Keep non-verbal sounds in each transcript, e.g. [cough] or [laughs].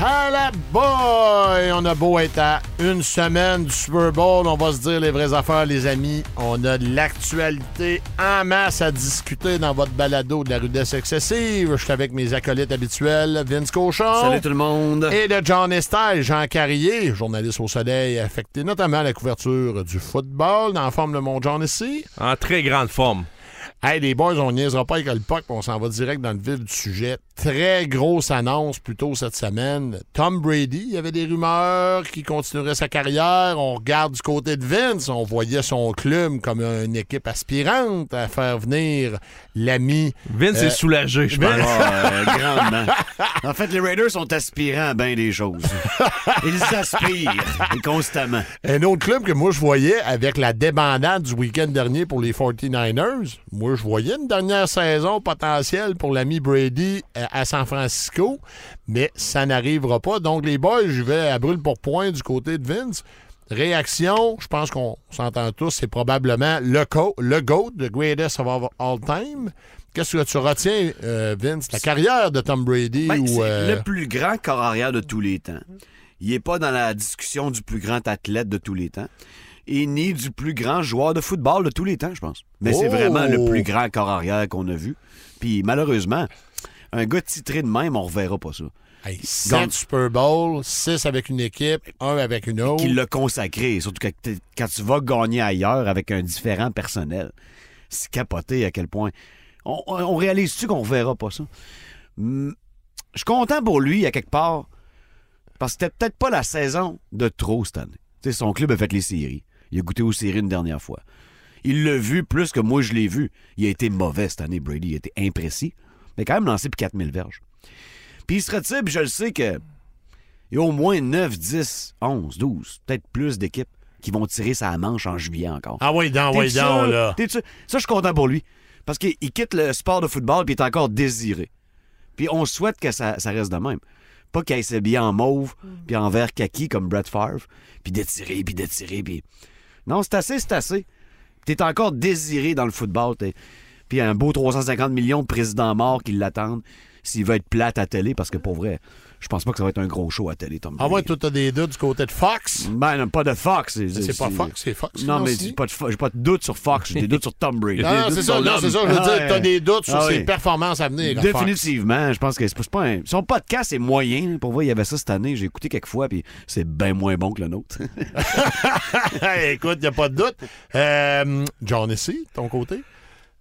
Ah la boy! On a beau être à une semaine du Super Bowl, on va se dire les vraies affaires, les amis. On a de l'actualité en masse à discuter dans votre balado de la rudesse excessive. Je suis avec mes acolytes habituels, Vince Cochon. Salut tout le monde. Et de John Estelle, Jean Carrier, journaliste au soleil, affecté notamment à la couverture du football dans la forme de mon John ici. En très grande forme. Hey, les boys, on niaisera pas avec le puck, on s'en va direct dans le vif du sujet. Très grosse annonce plus tôt cette semaine. Tom Brady, il y avait des rumeurs qui continuerait sa carrière. On regarde du côté de Vince, on voyait son club comme une équipe aspirante à faire venir l'ami. Vince Euh, est soulagé, je Vince- pense. Ah, euh, grandement. [laughs] En fait, les Raiders sont aspirants à bien des [laughs] choses. Ils aspirent et constamment. Un autre club que moi je voyais avec la débandade du week-end dernier pour les 49ers, moi je voyais une dernière saison potentielle pour l'ami Brady euh, à San Francisco, mais ça n'arrivera pas. Donc les boys, je vais à brûle pour point du côté de Vince. Réaction, je pense qu'on s'entend tous, c'est probablement le, co- le GOAT, the greatest of all time. Qu'est-ce que tu retiens, euh, Vince, la carrière de Tom Brady Ben, ou... c'est euh, le plus grand corps arrière de tous les temps. Il n'est pas dans la discussion du plus grand athlète de tous les temps. Et ni du plus grand joueur de football de tous les temps, je pense. Mais c'est Oh! vraiment le plus grand corps arrière qu'on a vu. Puis malheureusement, un gars titré de même, on reverra pas ça. hey, sept Donc- Super Bowl, 6 avec une équipe, un avec une autre. Qui l'a consacré, surtout quand, t'es- quand tu vas gagner ailleurs avec un différent personnel. C'est capoté à quel point. On, on- on réalise-tu qu'on verra pas ça? Hmm, Je suis content pour lui, à quelque part, parce que c'était peut-être pas la saison de trop cette année. Tu sais, son club a fait les séries. Il a goûté aux séries une dernière fois. Il l'a vu plus que moi je l'ai vu. Il a été mauvais cette année, Brady. Il a été imprécis. Mais quand même lancé pour 4000 verges. Puis il se retire, puis je le sais que il y a au moins 9, 10, 11, 12, peut-être plus d'équipes qui vont tirer sa manche en juillet encore. Ah oui, dans, T'es oui, dans, sûr? là. T'es sûr? Ça, je suis content pour lui. Parce qu'il il quitte le sport de football puis il est encore désiré. Puis on souhaite que ça, ça reste de même. Pas qu'il s'est bien en mauve puis en vert kaki comme Brett Favre, puis d'étirer, puis d'étirer, puis... Non, c'est assez, c'est assez. T'es encore désiré dans le football. t'es- Puis un beau 350 millions de présidents morts qui l'attendent s'il veut être plate à télé, parce que pour vrai, je pense pas que ça va être un gros show à télé, Tom Ah Brady. ouais, toi, t'as des doutes du côté de Fox. Ben, non, pas de Fox. C'est pas Fox, c'est Fox. Non, mais si. j'ai pas, de fo- j'ai pas de doute sur [laughs] Fox, j'ai des doutes sur Tom Brady. Non, non, doutes c'est sur ça, non, l'homme. c'est ça. Je veux Ah dire, t'as ouais. des doutes sur Ah ses ouais. performances à venir. à Fox. [laughs] Définitivement, je pense que c'est c'est pas un... Son podcast est moyen. Pour vrai, il y avait ça cette année, j'ai écouté quelques fois, puis c'est bien moins bon que le nôtre. Écoute, y a pas de doute. Euh, John ici, ton côté.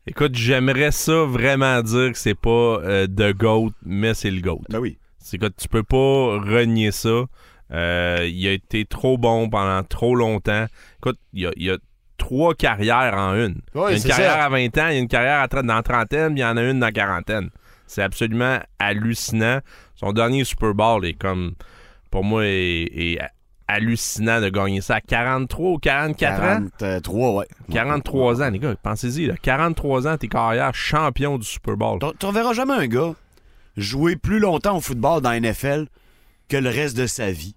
Écoute, j'aimerais ça vraiment dire que c'est pas euh, The GOAT, mais c'est le GOAT. [laughs] ben oui. C'est que tu peux pas renier ça. Euh, il a été trop bon pendant trop longtemps. Écoute, il y a, il y a trois carrières en une. Ouais, il y a une c'est carrière ça. à 20 ans, il y a une carrière à tra- dans la trentaine, puis il y en a une dans la quarantaine. C'est absolument hallucinant. Son dernier Super Bowl est comme, pour moi, est, est hallucinant de gagner ça à 43 ou 44 ans. 43, ouais. 43 ans, les gars, pensez-y, là, 43 ans, t'es carrière champion du Super Bowl. Tu reverras jamais un gars jouer plus longtemps au football dans la NFL que le reste de sa vie.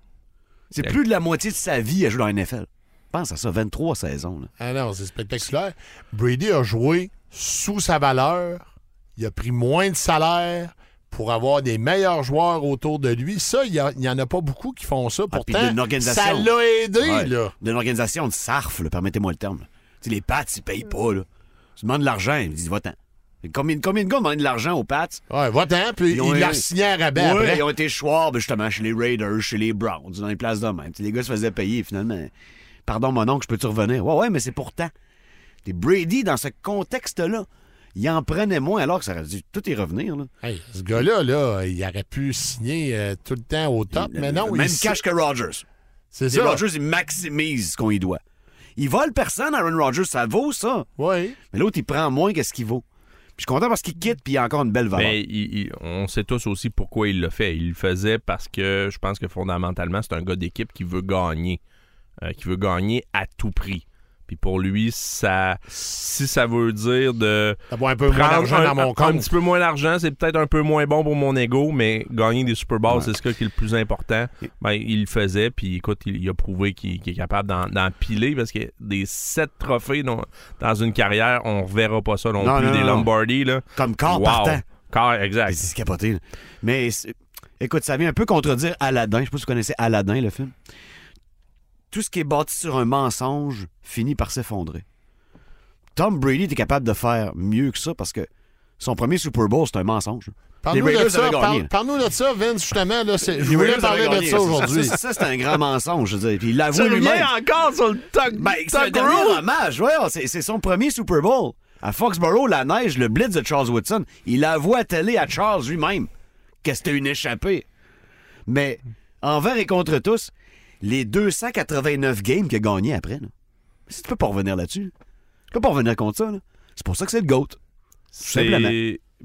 C'est Exact. plus de la moitié de sa vie à jouer dans la NFL. Pense à ça, 23 saisons. là. Ah non, c'est spectaculaire. Brady a joué sous sa valeur. Il a pris moins de salaire pour avoir des meilleurs joueurs autour de lui. Ça, il y, a- il y en a pas beaucoup qui font ça. Ah, puis Pourtant, d'une organisation. ça l'a aidé, Ouais. là. D'une organisation de sarf, là, permettez-moi le terme. là. Tu sais, les Pats, ils payent pas. Là. Tu demandes de l'argent, ils disent va-t'en. Combien, combien de gars demandent de l'argent aux Pats? Ouais, va-t'en, puis Ils ont il l'a eu- signé à rabais Ouais, Ah après. ils ont été chouards, ben, justement, chez les Raiders, chez les Browns, dans les places de même. Tu sais, Les gars se faisaient payer, finalement. Pardon, mon oncle, je peux-tu revenir? Ouais, ouais, mais c'est pourtant. T'es Brady, dans ce contexte-là, il en prenait moins alors que ça aurait dû tout y revenir. Là. Hey, ce gars-là, là, il aurait pu signer euh, tout le temps au top, mais non. Même il sait- cash que Rodgers. C'est Les ça. Rodgers, ils maximisent ce qu'on y doit. Ils volent personne, Aaron Rodgers. Ça vaut, ça. Oui. Mais l'autre, il prend moins qu'est-ce qu'il vaut. Puis je suis content parce qu'il quitte, puis il a encore une belle valeur. Mais il- il- on sait tous aussi pourquoi il l'a fait. Il le faisait parce que je pense que fondamentalement, c'est un gars d'équipe qui veut gagner. Euh, qui veut gagner à tout prix. Puis pour lui, ça, si ça veut dire de D'avoir un peu moins prendre d'argent un, dans mon un compte. petit peu moins d'argent, c'est peut-être un peu moins bon pour mon ego, mais gagner des Super Bowls, c'est ce qui est le plus important. Ben, il le faisait, puis écoute, il, il a prouvé qu'il qu'il est capable d'en- d'en piler parce que des sept trophées dans, dans une carrière, on reverra pas ça non, Non, plus. non, des non. Lombardi, là. Comme corps Wow. Ah. partant. Corps, Mais exact. C'est capoté. là. Mais c'est- écoute, ça vient un peu contredire Aladdin. Je sais pas si vous connaissez Aladdin, le film. Tout ce qui est bâti sur un mensonge finit par s'effondrer. Tom Brady était capable de faire mieux que ça parce que son premier Super Bowl, c'est un mensonge. Parle-nous de, Raiders ça, avaient parle- gagné. parle-nous de ça, Vince, justement. Là, c'est- je Les voulais Raiders parler avaient de gagné. ça aujourd'hui. Ça, ça, [laughs] c'est un grand mensonge, je veux dire. Puis il l'avoue lui-même. encore sur le Tuck Ben, c'est un dernier hommage, ouais, c'est, c'est son premier Super Bowl. À Foxborough, la neige, le blitz de Charles Woodson, il avoue à télé à Charles lui-même que c'était une échappée. Mais envers et contre tous, les 289 games qu'il a gagné après, là, si tu peux pas revenir là-dessus, tu peux pas revenir contre ça. là. C'est pour ça que c'est le GOAT. simplement.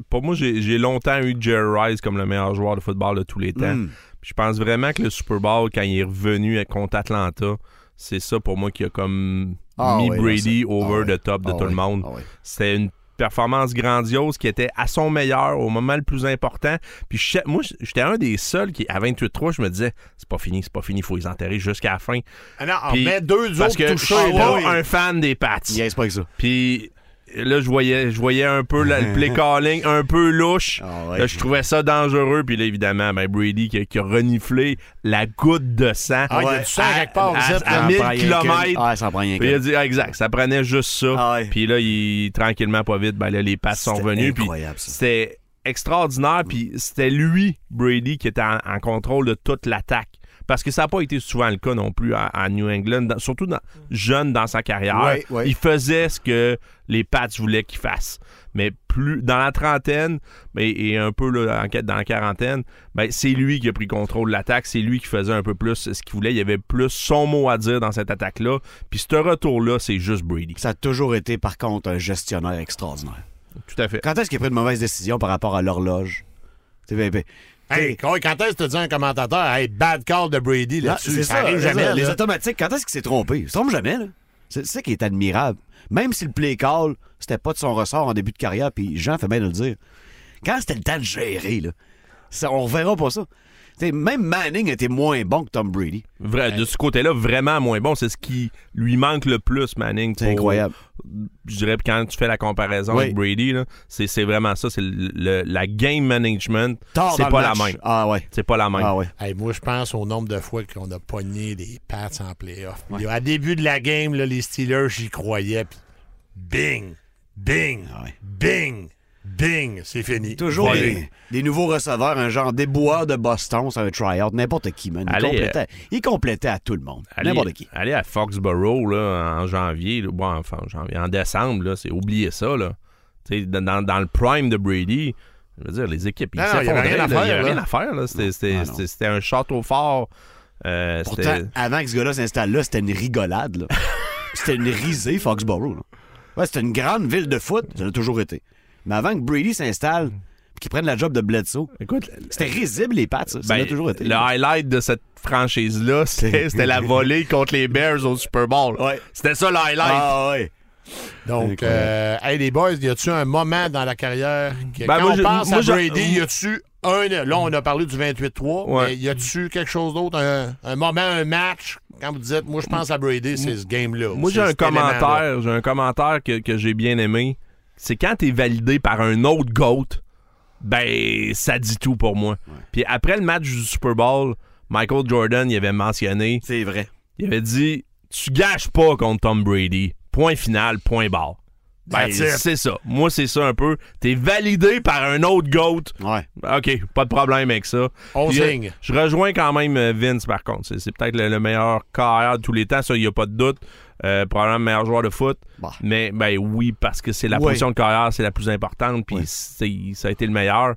Pour moi, j'ai j'ai longtemps eu Jerry Rice comme le meilleur joueur de football de tous les temps. Mm. Puis Je pense vraiment que le Super Bowl, quand il est revenu contre Atlanta, c'est ça pour moi qui a comme Ah mis oui, Brady non, c'est- over ah the top de ah tout le oui, monde. ah oui. C'était une performance grandiose qui était à son meilleur au moment le plus important. Puis je sais- moi, j'étais un des seuls qui, à 28-3, je me disais, c'est pas fini, c'est pas fini, il faut les enterrer jusqu'à la fin. Ah non, on Puis- met deux Parce autres que je suis touchés. là. pas Ah un fan des Pats. Il niaise pas avec ça. Puis là, je voyais, je voyais un peu la- le [laughs] play calling, un peu louche. Ah ouais. Là, je trouvais ça dangereux. Puis là, évidemment, ben, Brady qui, a- qui a reniflé la goutte de sang. Ah, il y a Ouais. du sang À- quelque part. à- zip, à là. Ah, Ça en 1000 prend rien qu'une. kilomètres. Ouais, ça en prend rien Puis il a qu'une. dit, ah, exact, ça prenait juste ça. Ah ouais. Puis là, il, tranquillement, pas vite, ben là, les passes sont C'était venues. Puis incroyable, ça. c'était extraordinaire. Puis c'était lui, Brady, qui était en, en contrôle de toute l'attaque. Parce que ça n'a pas été souvent le cas non plus à, à New England, dans- surtout dans- jeune dans sa carrière. Ouais, ouais. Il faisait ce que les Pats voulaient qu'il fasse. Mais plus dans la trentaine ben, et, un peu là, en- dans la quarantaine, ben, c'est lui qui a pris contrôle de l'attaque. C'est lui qui faisait un peu plus ce qu'il voulait. Il y avait plus son mot à dire dans cette attaque-là. Puis ce retour-là, c'est juste Brady. Ça a toujours été, par contre, un gestionnaire extraordinaire. Tout à fait. Quand est-ce qu'il a pris de mauvaises décisions par rapport à l'horloge? Tu sais, ben, ben, Hey, quand quand est-ce que tu dis à un commentateur, hey, bad call de Brady Là, là-dessus? c'est Ça ça, arrive c'est jamais. ça. là. Les automatiques, quand est-ce qu'il s'est trompé? Il se trompe jamais, là. C'est c'est ça qui est admirable. Même si le play call, c'était pas de son ressort en début de carrière, puis Jean fait bien de le dire. Quand c'était le temps de gérer, là, ça, on reverra pas ça. T'sais, même Manning était moins bon que Tom Brady. Vrai- de ce côté-là, vraiment moins bon. C'est ce qui lui manque le plus, Manning. C'est pour- incroyable. Je dirais, quand tu fais la comparaison Oui. avec Brady, là, c'est c'est vraiment ça. C'est le- le- la game management. Tard dans C'est le pas la match. même. Ah ouais. C'est pas la même. Ah ouais. Hey, moi, je pense au nombre de fois qu'on a pogné des Pats en playoff. Puis là, À début de la game, là, les Steelers, j'y croyais. Puis bing, bing, Ah ouais. bing, bing, c'est fini. Toujours Bing. des, des nouveaux receveurs, un genre déboire de Boston, c'est un try-out, n'importe qui, man. Il Allez, complétait, il complétait à tout le monde. Aller, N'importe qui. aller à Foxborough là, en janvier, là, bon, enfin, en janvier, en décembre, là, c'est oublier ça. Là. Tu sais, Dans, dans- dans le prime de Brady, je veux dire, les équipes, ils Non, non, il y avait rien s'effondraient, à là, il y faire, avait là. rien à faire. là. C'était- C'était Ah, non. c'était- c'était un château fort. Euh, Pourtant, c'était- avant que ce gars-là s'installe là, c'était une [laughs] rigolade. là. c'était une risée, Foxborough. là. Ouais, c'était une grande ville de foot, ça l'a toujours été. Mais avant que Brady s'installe et qu'il prenne la job de Bledsoe, Écoute, c'était risible les pattes, ça, ça Ben, l'a toujours été. Le highlight de cette [laughs] franchise-là, c'était c'était la volée contre les Bears au Super Bowl. Ah, Ouais. C'était ça le highlight. Ah ouais. Donc, Incroyable. euh, hey, les boys, y a-tu un moment dans la carrière que Ben, quand moi, on je- pense moi, à je- Brady, y a-tu un. Là, on a parlé du 28-3, Ouais. mais y a-tu quelque chose d'autre, un, un moment, un match, quand vous dites, moi, je pense à Brady, c'est ce game-là. Moi, j'ai c'est un cet élément-là. commentaire, j'ai un commentaire que, que j'ai bien aimé. C'est quand t'es validé par un autre GOAT, ben, ça dit tout pour moi. Puis après le match du Super Bowl, Michael Jordan, il avait mentionné, C'est vrai. il avait dit, tu gâches pas contre Tom Brady. Point final, point barre. Ben, That's it. c'est ça. Moi, c'est ça un peu. T'es validé par un autre GOAT. Ouais. OK, pas de problème avec ça. On Puis, euh, signe. Je rejoins quand même euh, Vince, par contre. C'est- C'est peut-être le, le meilleur carrière de tous les temps, ça, il n'y a pas de doute. Euh, probablement le meilleur joueur de foot. Bah. Mais ben oui, parce que c'est la Ouais. position de carrière, c'est la plus importante, puis Ouais. c'est- ça a été le meilleur.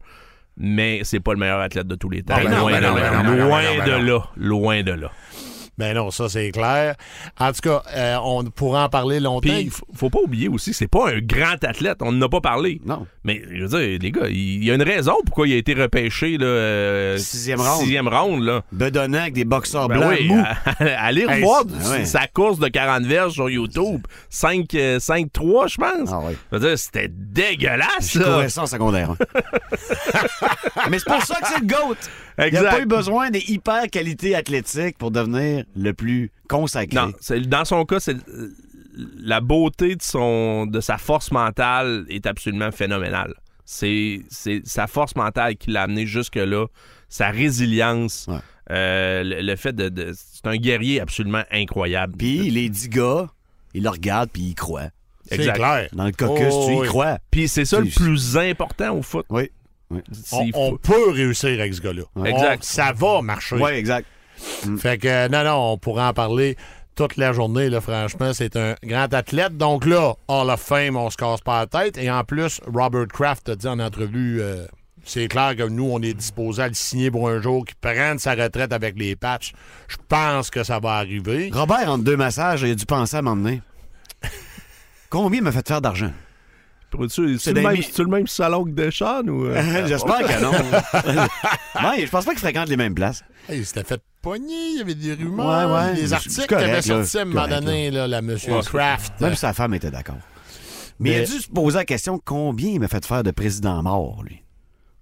Mais c'est pas le meilleur athlète de tous les temps. Ben non, loin ben de non, là. ben non, ben non, Loin ben non, de ben là. Loin de là. Ben non, ça, c'est clair. En tout cas, euh, on pourra en parler longtemps. Puis, f- faut pas oublier aussi que c'est pas un grand athlète. On n'a pas parlé. Non. Mais, je veux dire, les gars, il il y a une raison pourquoi il a été repêché, là. euh, Sixième round. Sixième round, là. Bedonnant avec des boxeurs Ben blancs oui, mous. à- [laughs] allez Ah, Hey, revoir c'est- ah ouais. sa course de 40 verges sur YouTube. 5-3, je pense. Ah ouais. Je veux dire, c'était dégueulasse, Je là. [laughs] courais ça en secondaire. un. Mais c'est pour ça que c'est le GOAT. Il n'y a Exact. pas eu besoin des hyper qualités athlétiques pour devenir le plus consacré. Non, c'est- dans son cas, c'est la beauté de son de sa force mentale est absolument phénoménale. C'est c'est sa force mentale qui l'a amené jusque là, sa résilience, Ouais. euh, le, le fait de, de- c'est un guerrier absolument incroyable. Puis les dix gars, ils le regardent puis ils y croient. c'est Exact. clair. Dans le caucus, Oh, tu y oui. crois. Puis c'est ça le Puis- plus important au foot. Oui. Oui, C'est- On, on peut réussir avec ce gars-là. Exact. On- ça va marcher. Ouais, exact. Fait que, euh, non, non, on pourra en parler toute la journée, là, franchement. C'est un grand athlète. Donc là, Hall of Fame, on se casse pas la tête. Et en plus, Robert Kraft a dit en entrevue, euh, c'est clair que nous, on est disposé à le signer pour un jour, qu'il prenne sa retraite avec les patchs. Je pense que ça va arriver. Robert, entre deux massages, il a dû penser à m'emmener. [laughs] Combien il m'a fait faire d'argent? C'est-tu C'est le même- le même salon que Deschamps ou... [laughs] J'espère que non. [laughs] ouais, je pense pas qu'ils fréquentent les mêmes places. Hey, il s'était fait pogner, il y avait des rumeurs, Ouais, ouais. des C'est articles qui correct, avaient là, sorti à un c'est moment correct, donné, là, la monsieur Ouais. Kraft. Même sa femme était d'accord. Mais, il a Mais- dû se poser la question combien il m'a fait faire de président mort, lui.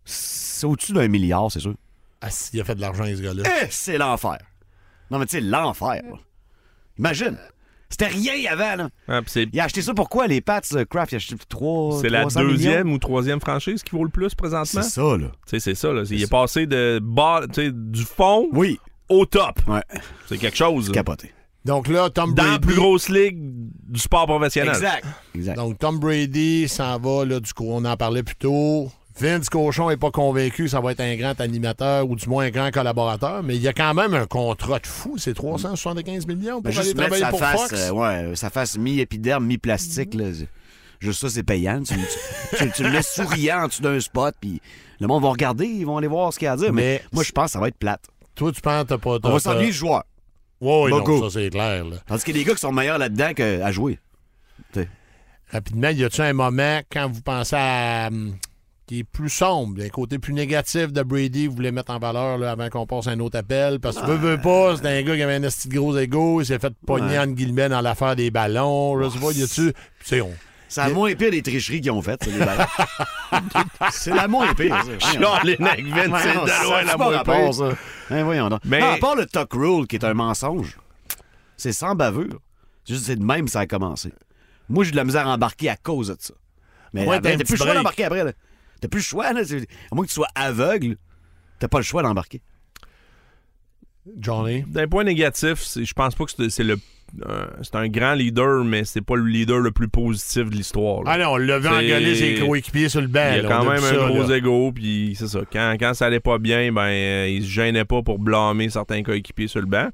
C'est au-dessus d'un milliard, c'est sûr. Ah, si, il a fait de l'argent, ce gars-là. Eh, c'est l'enfer. Non, mais tu sais, l'enfer. là. Imagine. C'était rien avant, là. Ah, c'est Il a acheté ça pour quoi, les Pats, euh, Kraft? Il a acheté trois. c'est la 300 deuxième millions? ou troisième franchise qui vaut le plus C'est hein? présentement. ça, là. Tu sais, c'est ça, là. Il est passé de bas, tu sais, du fond Oui. au top. Ouais. C'est quelque chose. Capoté. Donc là, Tom Dans la Brady. plus grosse ligue du sport professionnel. Exact. Donc, Tom Brady s'en va, là, du coup, on en parlait plus tôt. Vince Cochon n'est pas convaincu que ça va être un grand animateur ou du moins un grand collaborateur, mais il y a quand même un contrat de fou, c'est 375 millions Ben, pour aller juste mettre travailler sa pour face, Fox. euh, ouais, sa face mi-épiderme, mi-plastique, là. c'est- Juste ça, c'est payant. Tu, tu- tu- tu le mets souriant en dessous d'un spot, puis le monde va regarder, ils vont aller voir ce qu'il y a à dire. Mais, Mais- Ah, moi, je pense que ça va être plate. Toi, tu penses que t'as pas... On va s'ennuyer de joueur. Oui, Beaucoup. ça, c'est clair, là. Tandis que les gars qui sont meilleurs là-dedans qu'à jouer. Rapidement, y a-tu un moment, quand vous pensez à... hum, qui est plus sombre, d'un côté plus négatif de Brady, vous voulez mettre en valeur là, avant qu'on passe à un autre appel, parce que tu veux, veux pas, c'est un gars qui avait un esti de gros égo, il s'est fait pogner, entre guillemets, dans l'affaire des ballons, je sais pas, y a-tu... C'est on... C'est la moins pire des tricheries qu'ils ont faites, ça, les ballons. c'est la moins pire. [laughs] ça. Genre, les mecs, Vince, Ouais, Ah, c'est non, de loin Ah, ça, la ah, c'est pas moins rapport, pire. ça. Hein, voyons donc. Mais- Non, à part le talk rule, qui est un mensonge, c'est sans bavure. C'est juste c'est de même que ça a commencé. Moi, j'ai de la misère à embarquer à cause de ça. Mais Ouais, avant, t'as un t'as petit plus le choix break. d'embarquer après. là. T'as plus le choix. Là. C'est- À moins que tu sois aveugle, t'as pas le choix d'embarquer. Johnny... D'un point négatif, c'est- je pense pas que c'est- c'est le euh, c'est un grand leader, mais c'est pas le leader le plus positif de l'histoire. là. Ah non, on l'a vu C'est- engueuler ses coéquipiers sur le banc. il y a là, quand on même vu un ça, gros là. ego, puis c'est ça. Quand, quand ça allait pas bien, ben euh, il se gênait pas pour blâmer certains coéquipiers sur le banc.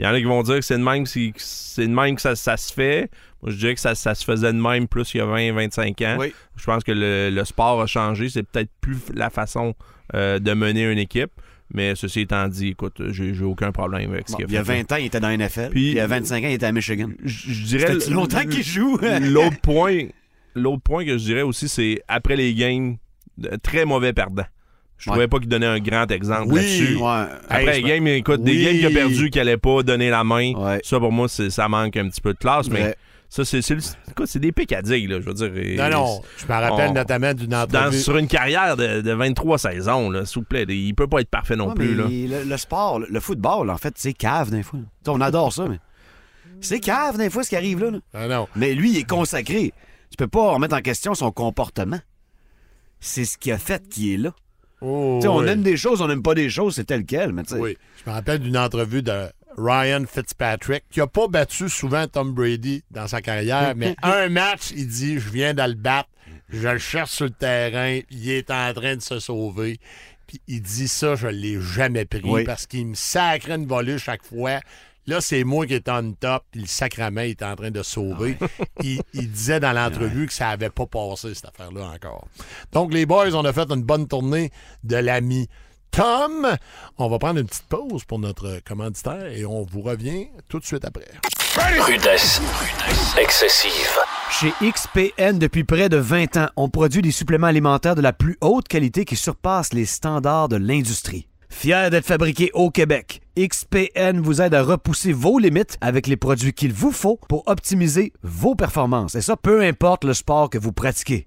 Il y en a qui vont dire que c'est de même, que c'est- que c'est de même que ça, ça se fait. Moi, je dirais que ça, ça se faisait de même plus il y a 20-25 ans. Oui. Je pense que le, le sport a changé. C'est peut-être plus la façon euh, de mener une équipe. Mais ceci étant dit, écoute, j'ai j'ai aucun problème avec ce Bon, qu'il a il y a fait. 20 ans, il était dans la NFL. Puis- Puis, il y a 25 ans, il était à Michigan. Je je dirais... Ça fait le- longtemps qu'il joue. [laughs] [laughs] L'autre point, l'autre point que je dirais aussi, c'est après les games, de- très mauvais perdant. Je Ouais. trouvais pas qu'il donnait un grand exemple Oui. là-dessus. Ouais. Après Hey, je les games, écoute, des Oui. games qu'il a perdu, qu'il allait pas donner la main, Ouais. ça pour moi, c'est- ça manque un petit peu de classe, mais Ouais. ça, c'est c'est le- écoute, c'est des pics à dire, là, je veux dire. et- Non, non, je me rappelle on- notamment d'une dans- entrevue. sur une carrière de, de 23 saisons, là, s'il vous plaît, il peut pas être parfait non Ouais, plus. mais Là. Le, le sport, le, le football, en fait, c'est cave d'un fois. Tu sais, on adore ça, mais c'est cave d'un fois ce qui arrive là, là. Ah non. Mais lui, il est consacré. Tu peux pas remettre en question son comportement. C'est ce qu'il a fait qui est là. Oh, Tu sais, on oui. aime des choses, on n'aime pas des choses, c'est tel quel. Mais tu sais, Oui. Je me rappelle d'une entrevue de Ryan Fitzpatrick qui a pas battu souvent Tom Brady dans sa carrière, mais [laughs] un match, il dit Je viens d'aller battre, je le cherche sur le terrain, il est en train de se sauver. Puis il dit ça, je l'ai jamais pris Oui. parce qu'il me sacrait une volée chaque fois. Là, c'est moi qui est on top, puis le sacrament est en train de sauver. [laughs] il, il disait dans l'entrevue que ça n'avait pas passé, cette affaire-là, encore. Donc, les boys, on a fait une bonne tournée de l'ami. Tom. On va prendre une petite pause pour notre commanditaire et on vous revient tout de suite après. Rudesse. Rudesse excessive. Chez XPN, depuis près de 20 ans, on produit des suppléments alimentaires de la plus haute qualité qui surpassent les standards de l'industrie. Fier d'être fabriqué au Québec, XPN vous aide à repousser vos limites avec les produits qu'il vous faut pour optimiser vos performances. Et ça, peu importe le sport que vous pratiquez.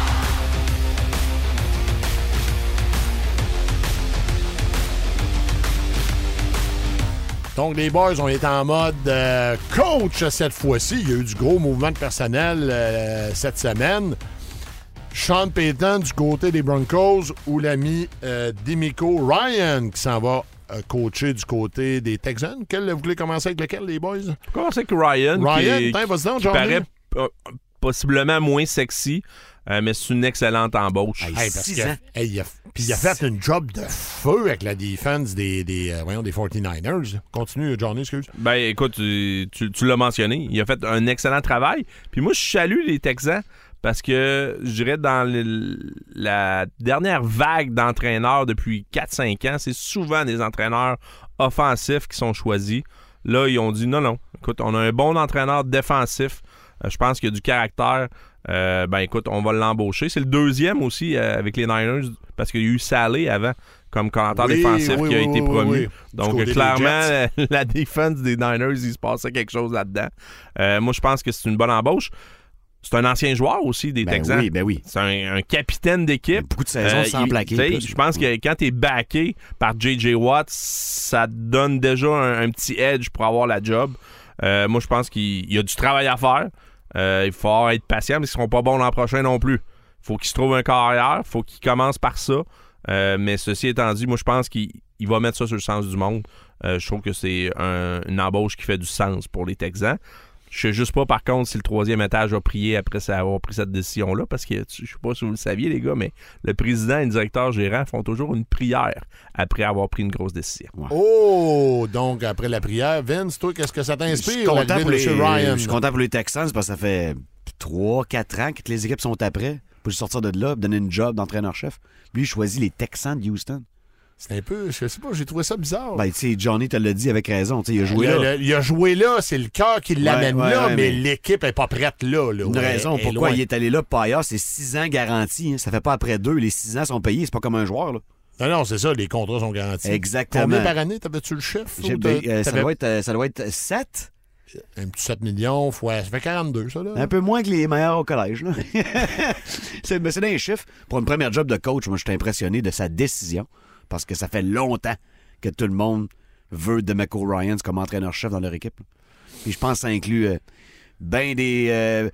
Donc, les boys, on est en mode euh, coach cette fois-ci. Il y a eu du gros mouvement de personnel euh, cette semaine. Sean Payton du côté des Broncos ou l'ami euh, Demico Ryan qui s'en va euh, coacher du côté des Texans. Quel, vous voulez commencer avec lequel, les boys? Comment c'est que Ryan, qui Ryan, est- tiens, vas-y donc, qui j'en ai. paraît euh, possiblement moins sexy, euh, mais c'est une excellente embauche. Hey, Hey, parce Six que- ans. hey, il a, puis il a fait une job de feu avec la défense des, des, euh, voyons, des 49ers. Continue, Johnny, excuse. Ben écoute, tu, tu- tu l'as mentionné, il a fait un excellent travail. Puis moi, je salue les Texans parce que je dirais dans le- la dernière vague d'entraîneurs depuis 4-5 ans, c'est souvent des entraîneurs offensifs qui sont choisis. Là, ils ont dit non, non, écoute, on a un bon entraîneur défensif. Euh, je pense qu'il y a du caractère. Euh, ben écoute, on va l'embaucher. C'est le deuxième aussi euh, avec les Niners parce qu'il y a eu Salé avant comme commentateur Oui, défensif oui, qui a oui, été oui, promu. oui. Du Donc côté euh, des clairement, Jets. la, [laughs] la défense des Niners, il se passait quelque chose là-dedans. Euh, moi, je pense que c'est une bonne embauche. C'est un ancien joueur aussi des Ben Texans. oui, ben oui. C'est un, un capitaine d'équipe. Beaucoup de saisons Euh, sans il- plaquer. tu sais, plus. Je pense que quand tu es backé par J.J. Watt, ça te donne déjà un, un petit edge pour avoir la job. Euh, moi, je pense qu'il il y a du travail à faire. Euh, il faut être patient, mais ils seront pas bons l'an prochain non plus. faut qu'ils se trouvent un carrière. faut qu'ils commencent par ça. Euh, mais ceci étant dit, moi, je pense qu'il il va mettre ça sur le sens du monde. Euh, je trouve que c'est un- une embauche qui fait du sens pour les Texans. Je sais juste pas, par contre, si le troisième étage a prié après ça- avoir pris cette décision-là, parce que tu- je sais pas si vous le saviez, les gars, mais le président et le directeur gérant font toujours une prière après avoir pris une grosse décision. Oh! Donc, après la prière, Vince, toi, qu'est-ce que ça Je suis t'inspire? content l'arrivée pour de les- chez Ryan? je suis content pour les Texans parce que ça fait 3-4 ans que les équipes sont après. Pour sortir de là, donner une job d'entraîneur-chef. Lui, il choisit les Texans de Houston. C'est un peu, je sais pas, j'ai trouvé ça bizarre. Ben, tu sais, Johnny te l'a dit avec raison. tu sais, Il a joué Le- là. le- il a joué Ben, là, c'est le cœur qui l'amène ouais, là, mais ouais, mais- l'équipe est pas prête là. là. Une Ouais, raison elle est pourquoi loin. il est allé là, pas ailleurs, c'est 6 ans garantis. hein. Ça fait pas après deux. Les 6 ans sont payés. C'est pas comme un joueur. Là. Non, non, c'est ça, les contrats sont garantis. Exactement. Combien par année t'avais-tu le chef? J'ai- ou t'as- ben, euh, ça, t'avais doit être, euh, ça doit être 7. Un petit 7 millions, fois, ça fait 42, ça, là. Un peu moins que les meilleurs au collège. là. [laughs] c'est mais c'est dans les chiffres. Pour une première job de coach, moi, je suis impressionné de sa décision parce que ça fait longtemps que tout le monde veut Demeco Ryans comme entraîneur-chef dans leur équipe. là. Puis je pense que ça inclut euh, ben des. euh,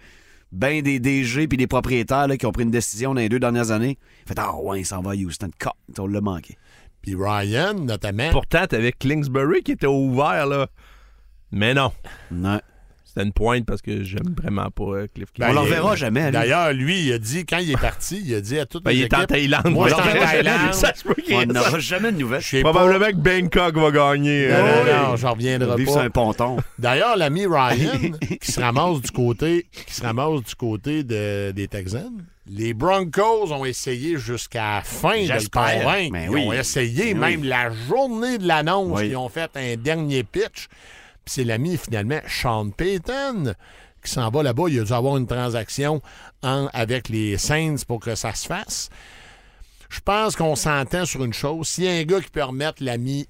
ben des DG puis des propriétaires là, qui ont pris une décision dans les deux dernières années. Fait Ah ouais, il s'en va à Houston. Cut. On l'a manqué. Puis Ryan, notamment. Pourtant, t'avais Kingsbury qui était ouvert, là. Mais non, Non. c'était une pointe parce que j'aime vraiment pas euh, Cliff Ben, on le il- reverra jamais, hein. lui. D'ailleurs, lui, il a dit, quand il est parti, il a dit à toutes Ben, les il est en équipes, Thaïlande. Moi, On je suis le en reverra jamais. Thaïlande. [laughs] Ça se peut qu'il [laughs] y On ait ça. n'aura jamais de nouvelles. Je sais pas. Probablement que Bangkok va gagner. Non, Ah euh, non, j'en reviendrai Vivre sur pas. un ponton. D'ailleurs, l'ami Ryan, qui se ramasse du côté, qui se ramasse du côté de- des Texans, les Broncos ont essayé jusqu'à la fin de le J'espère. convaincre. Ben Ils oui. ont essayé, Ben même oui. la journée de l'annonce, Oui. ils ont fait un dernier pitch. Puis c'est l'ami, finalement, Sean Payton, qui s'en va là-bas. Il a dû avoir une transaction en- avec les Saints pour que ça se fasse. Je pense qu'on s'entend sur une chose. S'il y a un gars qui peut remettre l'ami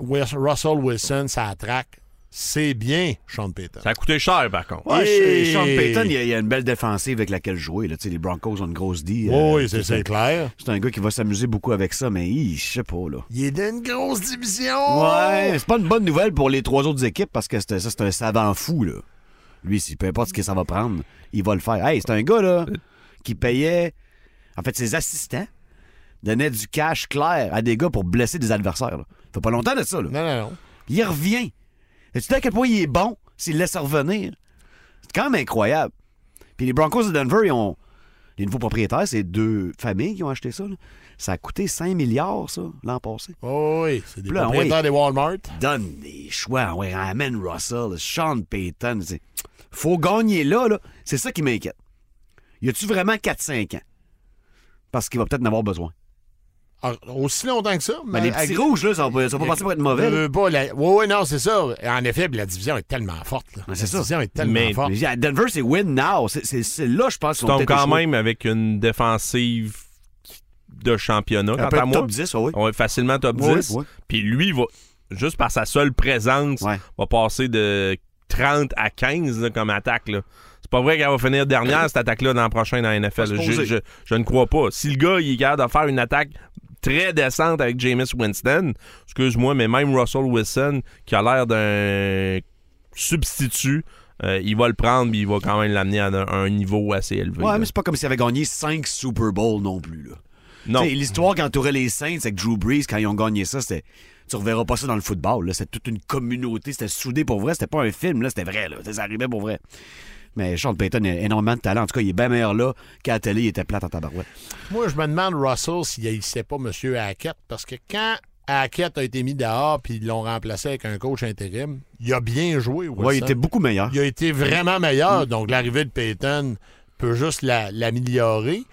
Wes- Russell Wilson, ça attraque, c'est bien Sean Payton. Ça a coûté cher, par contre. Ouais, Hey! chez Sean Payton, il y, a, il y a une belle défensive avec laquelle jouer. Là. Tu sais, Les Broncos ont une grosse D. euh, oui, c'est- c'est clair. C'est un gars qui va s'amuser beaucoup avec ça, mais hi, je sais pas, là. Il est d'une grosse division. Ouais, c'est pas une bonne nouvelle pour les trois autres équipes parce que c'est- ça, c'est un savant fou, là. Lui, si, peu importe ce que ça va prendre, il va le faire. Hey, c'est un gars, là, qui payait. En fait, ses assistants donnaient du cash clair à des gars pour blesser des adversaires. Là. Fait pas longtemps de ça, là. Non, non, non. Il revient. Et tu sais à quel point il est bon s'il laisse revenir? C'est quand même incroyable. Puis les Broncos de Denver, ils ont, Les nouveaux propriétaires, c'est deux familles qui ont acheté ça. là. Ça a coûté 5 milliards, ça, l'an passé. Oh oui, c'est des Là, propriétaires oui. des Walmart. Donne des choix. Ouais, ramène Russell, Sean Payton. c'est- Faut gagner là, là. C'est ça qui m'inquiète. Y a-tu vraiment 4-5 ans? Parce qu'il va peut-être en avoir besoin. Alors, Ah, aussi longtemps que ça. Ben, Mais les petits avec- rouges, là, ça va, ça va pas passer pour être mauvais. là. Euh, pas la- Oui, oui, non, c'est ça. En effet, la division est tellement forte. là. Mais c'est la ça. division est tellement Mais- forte. Mais à Denver, c'est win now. C'est- C'est c'est là, je pense, Tu qu'on tombes quand même avec une défensive de championnat. Quant à moi, top 10, ah oui. on est facilement top Oui, 10. oui. Puis lui, va, juste par sa seule présence, Ouais. va passer de 30 à 15 là, comme attaque. là. C'est pas vrai qu'elle va finir dernière, cette attaque-là, dans le prochain dans la Faut NFL. se Je, poser. je, je ne crois pas. Si le gars, il est capable de faire une attaque très décente avec Jameis Winston, excuse-moi, mais même Russell Wilson, qui a l'air d'un substitut, euh, il va le prendre puis il va quand même l'amener à un, un niveau assez élevé. Ouais, là. mais c'est pas comme s'il avait gagné 5 Super Bowls non plus. Là. non. T'sais, L'histoire qui entourait les Saints avec Drew Brees quand ils ont gagné ça, c'était. Tu reverras pas ça dans le football. là. C'était toute une communauté. C'était soudé pour vrai. C'était pas un film. là, C'était vrai. Là. Ça arrivait pour vrai. Mais Sean Payton a énormément de talent. En tout cas, il est bien meilleur là qu'à la télé. Il était plate en tabarouette. Moi, je me demande, Russell, s'il haïssait pas M. Hackett, parce que quand Hackett a été mis dehors puis ils l'ont remplacé avec un coach intérim, il a bien joué. Wilson. Ouais, il était hein. Mm. beaucoup meilleur. Il a été vraiment meilleur. Donc, l'arrivée de Payton peut juste la- l'améliorer.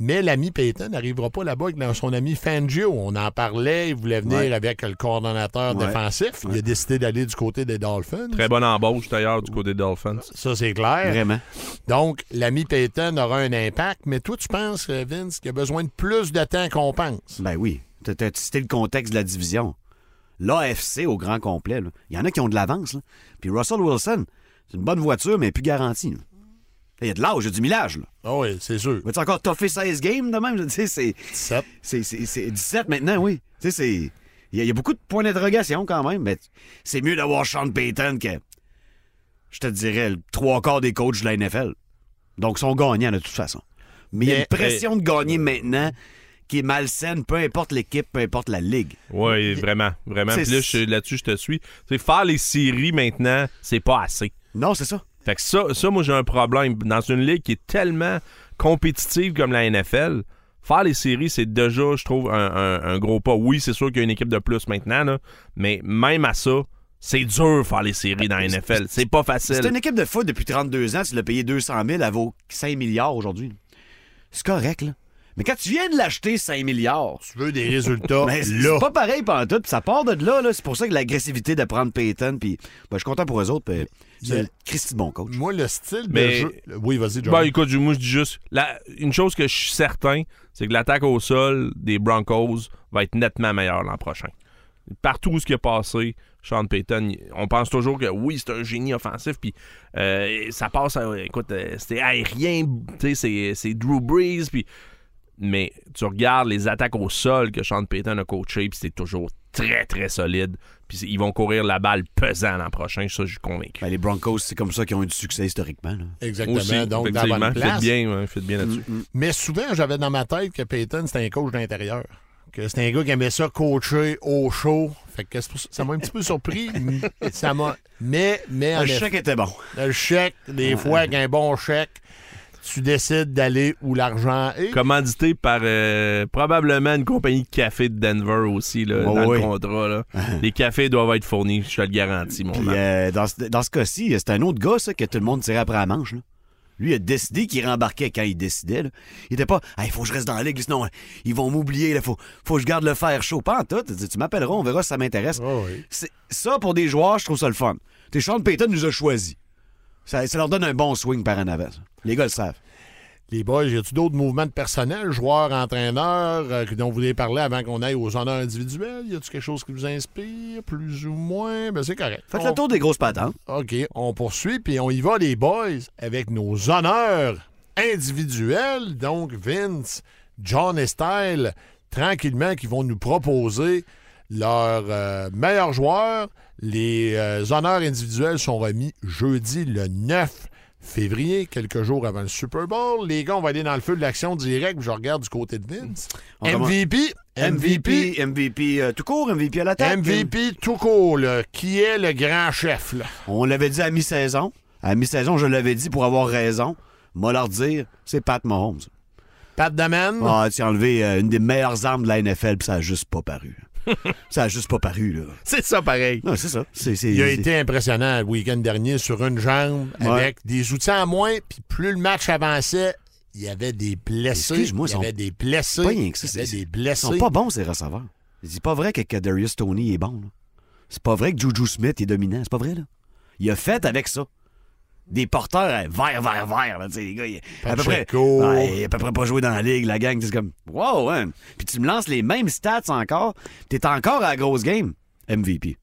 mais l'ami Payton n'arrivera pas là-bas avec son ami Fangio. On en parlait. Il voulait venir Ouais. avec le coordonnateur Ouais. défensif. Il a décidé d'aller du côté des Dolphins. Très bonne embauche d'ailleurs du côté des Dolphins. Ça, c'est clair. Vraiment. Donc, l'ami Payton aura un impact. Mais toi, tu penses, euh, Vince, qu'il y a besoin de plus de temps qu'on pense? Ben oui. T'as t'as cité le contexte de la division. L'AFC au grand complet. là. Il y en a qui ont de l'avance. là. Puis Russell Wilson, c'est une bonne voiture, mais plus garantie. là. Il y a de l'âge, il y a du millage. Là. Ah oui, c'est sûr. Va-tu encore toffer 16 games de même? [laughs] Je- Tu sais, c'est. Sept. C'est, c'est- c'est 17 maintenant, oui. Tu sais, c'est. Il y, a- il y a beaucoup de points d'interrogation quand même, mais c'est mieux d'avoir Sean Payton que. Je te dirais, le trois quarts des coachs de la NFL. Donc, ils sont gagnants de toute façon. Mais il y a Mais- une pression de gagner maintenant qui est malsaine, peu importe l'équipe, peu importe la ligue. Oui, vraiment, vraiment. C'est- Puis là, je- là-dessus, je te suis. Tu sais, faire les séries maintenant, c'est pas assez. Non, c'est ça. Fait que ça, ça moi, j'ai un problème. Dans une ligue qui est tellement compétitive comme la NFL, faire les séries, c'est déjà, je trouve, un, un- un gros pas. Oui, c'est sûr qu'il y a une équipe de plus maintenant, là, mais même à ça, c'est dur faire les séries dans la NFL. C'est pas C'est une facile. équipe de foot depuis 32 ans, tu l'as payé 200 000, elle vaut 5 milliards aujourd'hui. C'est correct, là. Mais quand tu viens de l'acheter 5 milliards, Tu veux des résultats [laughs] Mais c'est là. pas pareil pendant tout, ça part de là, là. C'est pour ça que l'agressivité de prendre Payton, puis ben, je suis content pour eux autres, puis c'est mais- un Christy de bon coach. Moi, le style Mais- de jeu. Oui, vas-y, John. Ben, écoute, moi, je dis juste, la- une chose que je suis certain, c'est que l'attaque au sol des Broncos va être nettement meilleure l'an prochain. Partout où ce qui est passé, Sean Payton, il- on pense toujours que oui, c'est un génie offensif, puis euh, ça passe, à- écoute, euh, c'était aérien, tu sais, c'est- c'est Drew Brees, puis mais tu regardes les attaques au sol que Sean Payton a coaché, puis c'est toujours très, très solide. Puis c'est- ils vont courir la balle pesant l'an prochain, ça, je suis convaincu. Ben, les Broncos, c'est comme ça qu'ils ont eu du succès historiquement. là. Exactement. Aussi, Donc, dans la effectivement, bonne place. faites bien, hein, faites bien là-dessus. Mais souvent, j'avais dans ma tête que Payton, c'était un coach d'intérieur. Que c'était un gars qui aimait ça coacher au show. Fait que c'est pour ça- ça m'a un petit peu surpris. ça m'a. Mais, mais en Le effet, chèque était bon. le chèque, des fois, avec un bon chèque, tu décides d'aller où l'argent est. Commandité par euh, probablement une compagnie de café de Denver aussi, là, Oh dans oui. le contrat. [laughs] là. Les cafés doivent être fournis, je te le garantis, mon Puis homme. euh, dans, ce- dans ce cas-ci, euh, c'est un autre gars, ça, que tout le monde tirait après la manche. là. Lui, il a décidé qu'il rembarquait quand il décidait. là. Il était pas, il faut que je reste dans la ligue, sinon euh, ils vont m'oublier, il faut, faut que je garde le fer chaud. Pas en tout. Il dit, Tu m'appelleras, on verra si ça m'intéresse. Ah oui. C'est- Ça, pour des joueurs, je trouve ça le fun. T'es Sean Payton nous a choisis. Ça, ça leur donne un bon swing par en avant. ça. Les gars le savent. Les boys, y a-tu d'autres mouvements de personnel, joueurs, entraîneurs, euh, dont vous voulez parler avant qu'on aille aux honneurs individuels? Y a-tu quelque chose qui vous inspire, plus ou moins? Ben, c'est correct. Faites On- le tour des grosses patentes. OK, on poursuit, puis on y va, les boys, avec nos honneurs individuels. Donc, Vince, John et Style, tranquillement, qui vont nous proposer leurs euh, meilleurs joueurs. Les euh, honneurs individuels sont remis jeudi le 9 février, quelques jours avant le Super Bowl. Les gars, on va aller dans le feu de l'action direct. Je regarde du côté de Vince. On commence- MVP, MVP, MVP, MVP euh, tout court, MVP à l'attaque. MVP tout court, là. Qui est le grand chef, là? On l'avait dit à mi-saison. À mi-saison, je l'avais dit pour avoir raison. Moi, leur dire, c'est Pat Mahomes. Pat Damon. Ah, tu as enlevé euh, une des meilleures armes de la NFL, puis ça a juste [laughs] pas paru. ça a juste pas paru, là. C'est ça pareil. Non, c'est ça. C'est, c'est- Il a c'est- été impressionnant le week-end dernier sur une jambe Ouais. avec des outils en moins. Puis plus le match avançait, il y avait des blessés. Excuse-moi, il y ils avait sont des blessés. Pas rien que ça. il y avait c'est- des Ils blessés. sont pas bons, ces receveurs. C'est pas vrai que Kadarius Tony est bon. là. C'est pas vrai que Juju Smith est dominant. C'est pas vrai, là. Il a fait avec ça. Des porteurs euh, vert, vert, vert. Là, tu sais, les gars, il- à peu près, Pacheco. Ouais, il a à peu près pas joué dans la ligue, la gang. C'est comme, wow, hein. Puis tu me lances les mêmes stats encore. T'es encore à la grosse game. MVP.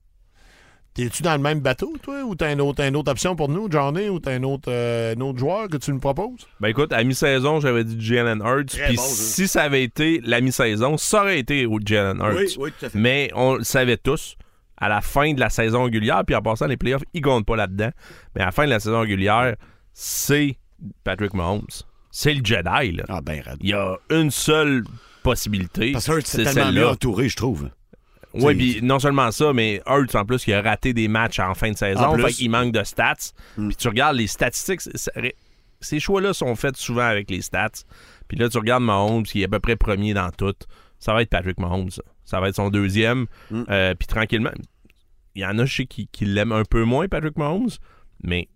T'es-tu dans le même bateau, toi, ou t'as une autre, t'as une autre option pour nous, Johnny, ou t'as un autre, euh, un autre joueur que tu nous proposes? Ben écoute, à mi-saison, j'avais dit Jalen Hurts. Puis bon, ça. si ça avait été la mi-saison, ça aurait été au Jalen Hurts. oui, tout à fait. Mais on le savait tous. À la fin de la saison régulière, puis en passant, les playoffs, ils comptent pas là-dedans. Mais à la fin de la saison régulière, c'est Patrick Mahomes. C'est le Jedi, là. Ah, ben, rad. Il y a une seule possibilité. Parce que Hurts, c'est c'est tellement mieux celle-là. entouré, je trouve. Oui, puis non seulement ça, mais Hurts, en plus, il a raté des matchs en fin de Ah, En saison. plus. Hmm. Fait qu'il manque de stats. Puis tu regardes les statistiques. c'est- c'est- ces choix-là sont faits souvent avec les stats. Puis là, tu regardes Mahomes, qui est à peu près premier dans tout. Ça va être Patrick Mahomes. Ça, Ça va être son deuxième. Hmm. Euh, puis tranquillement, il y en a, je sais, qui, qui l'aiment un peu moins, Patrick Mahomes. Mais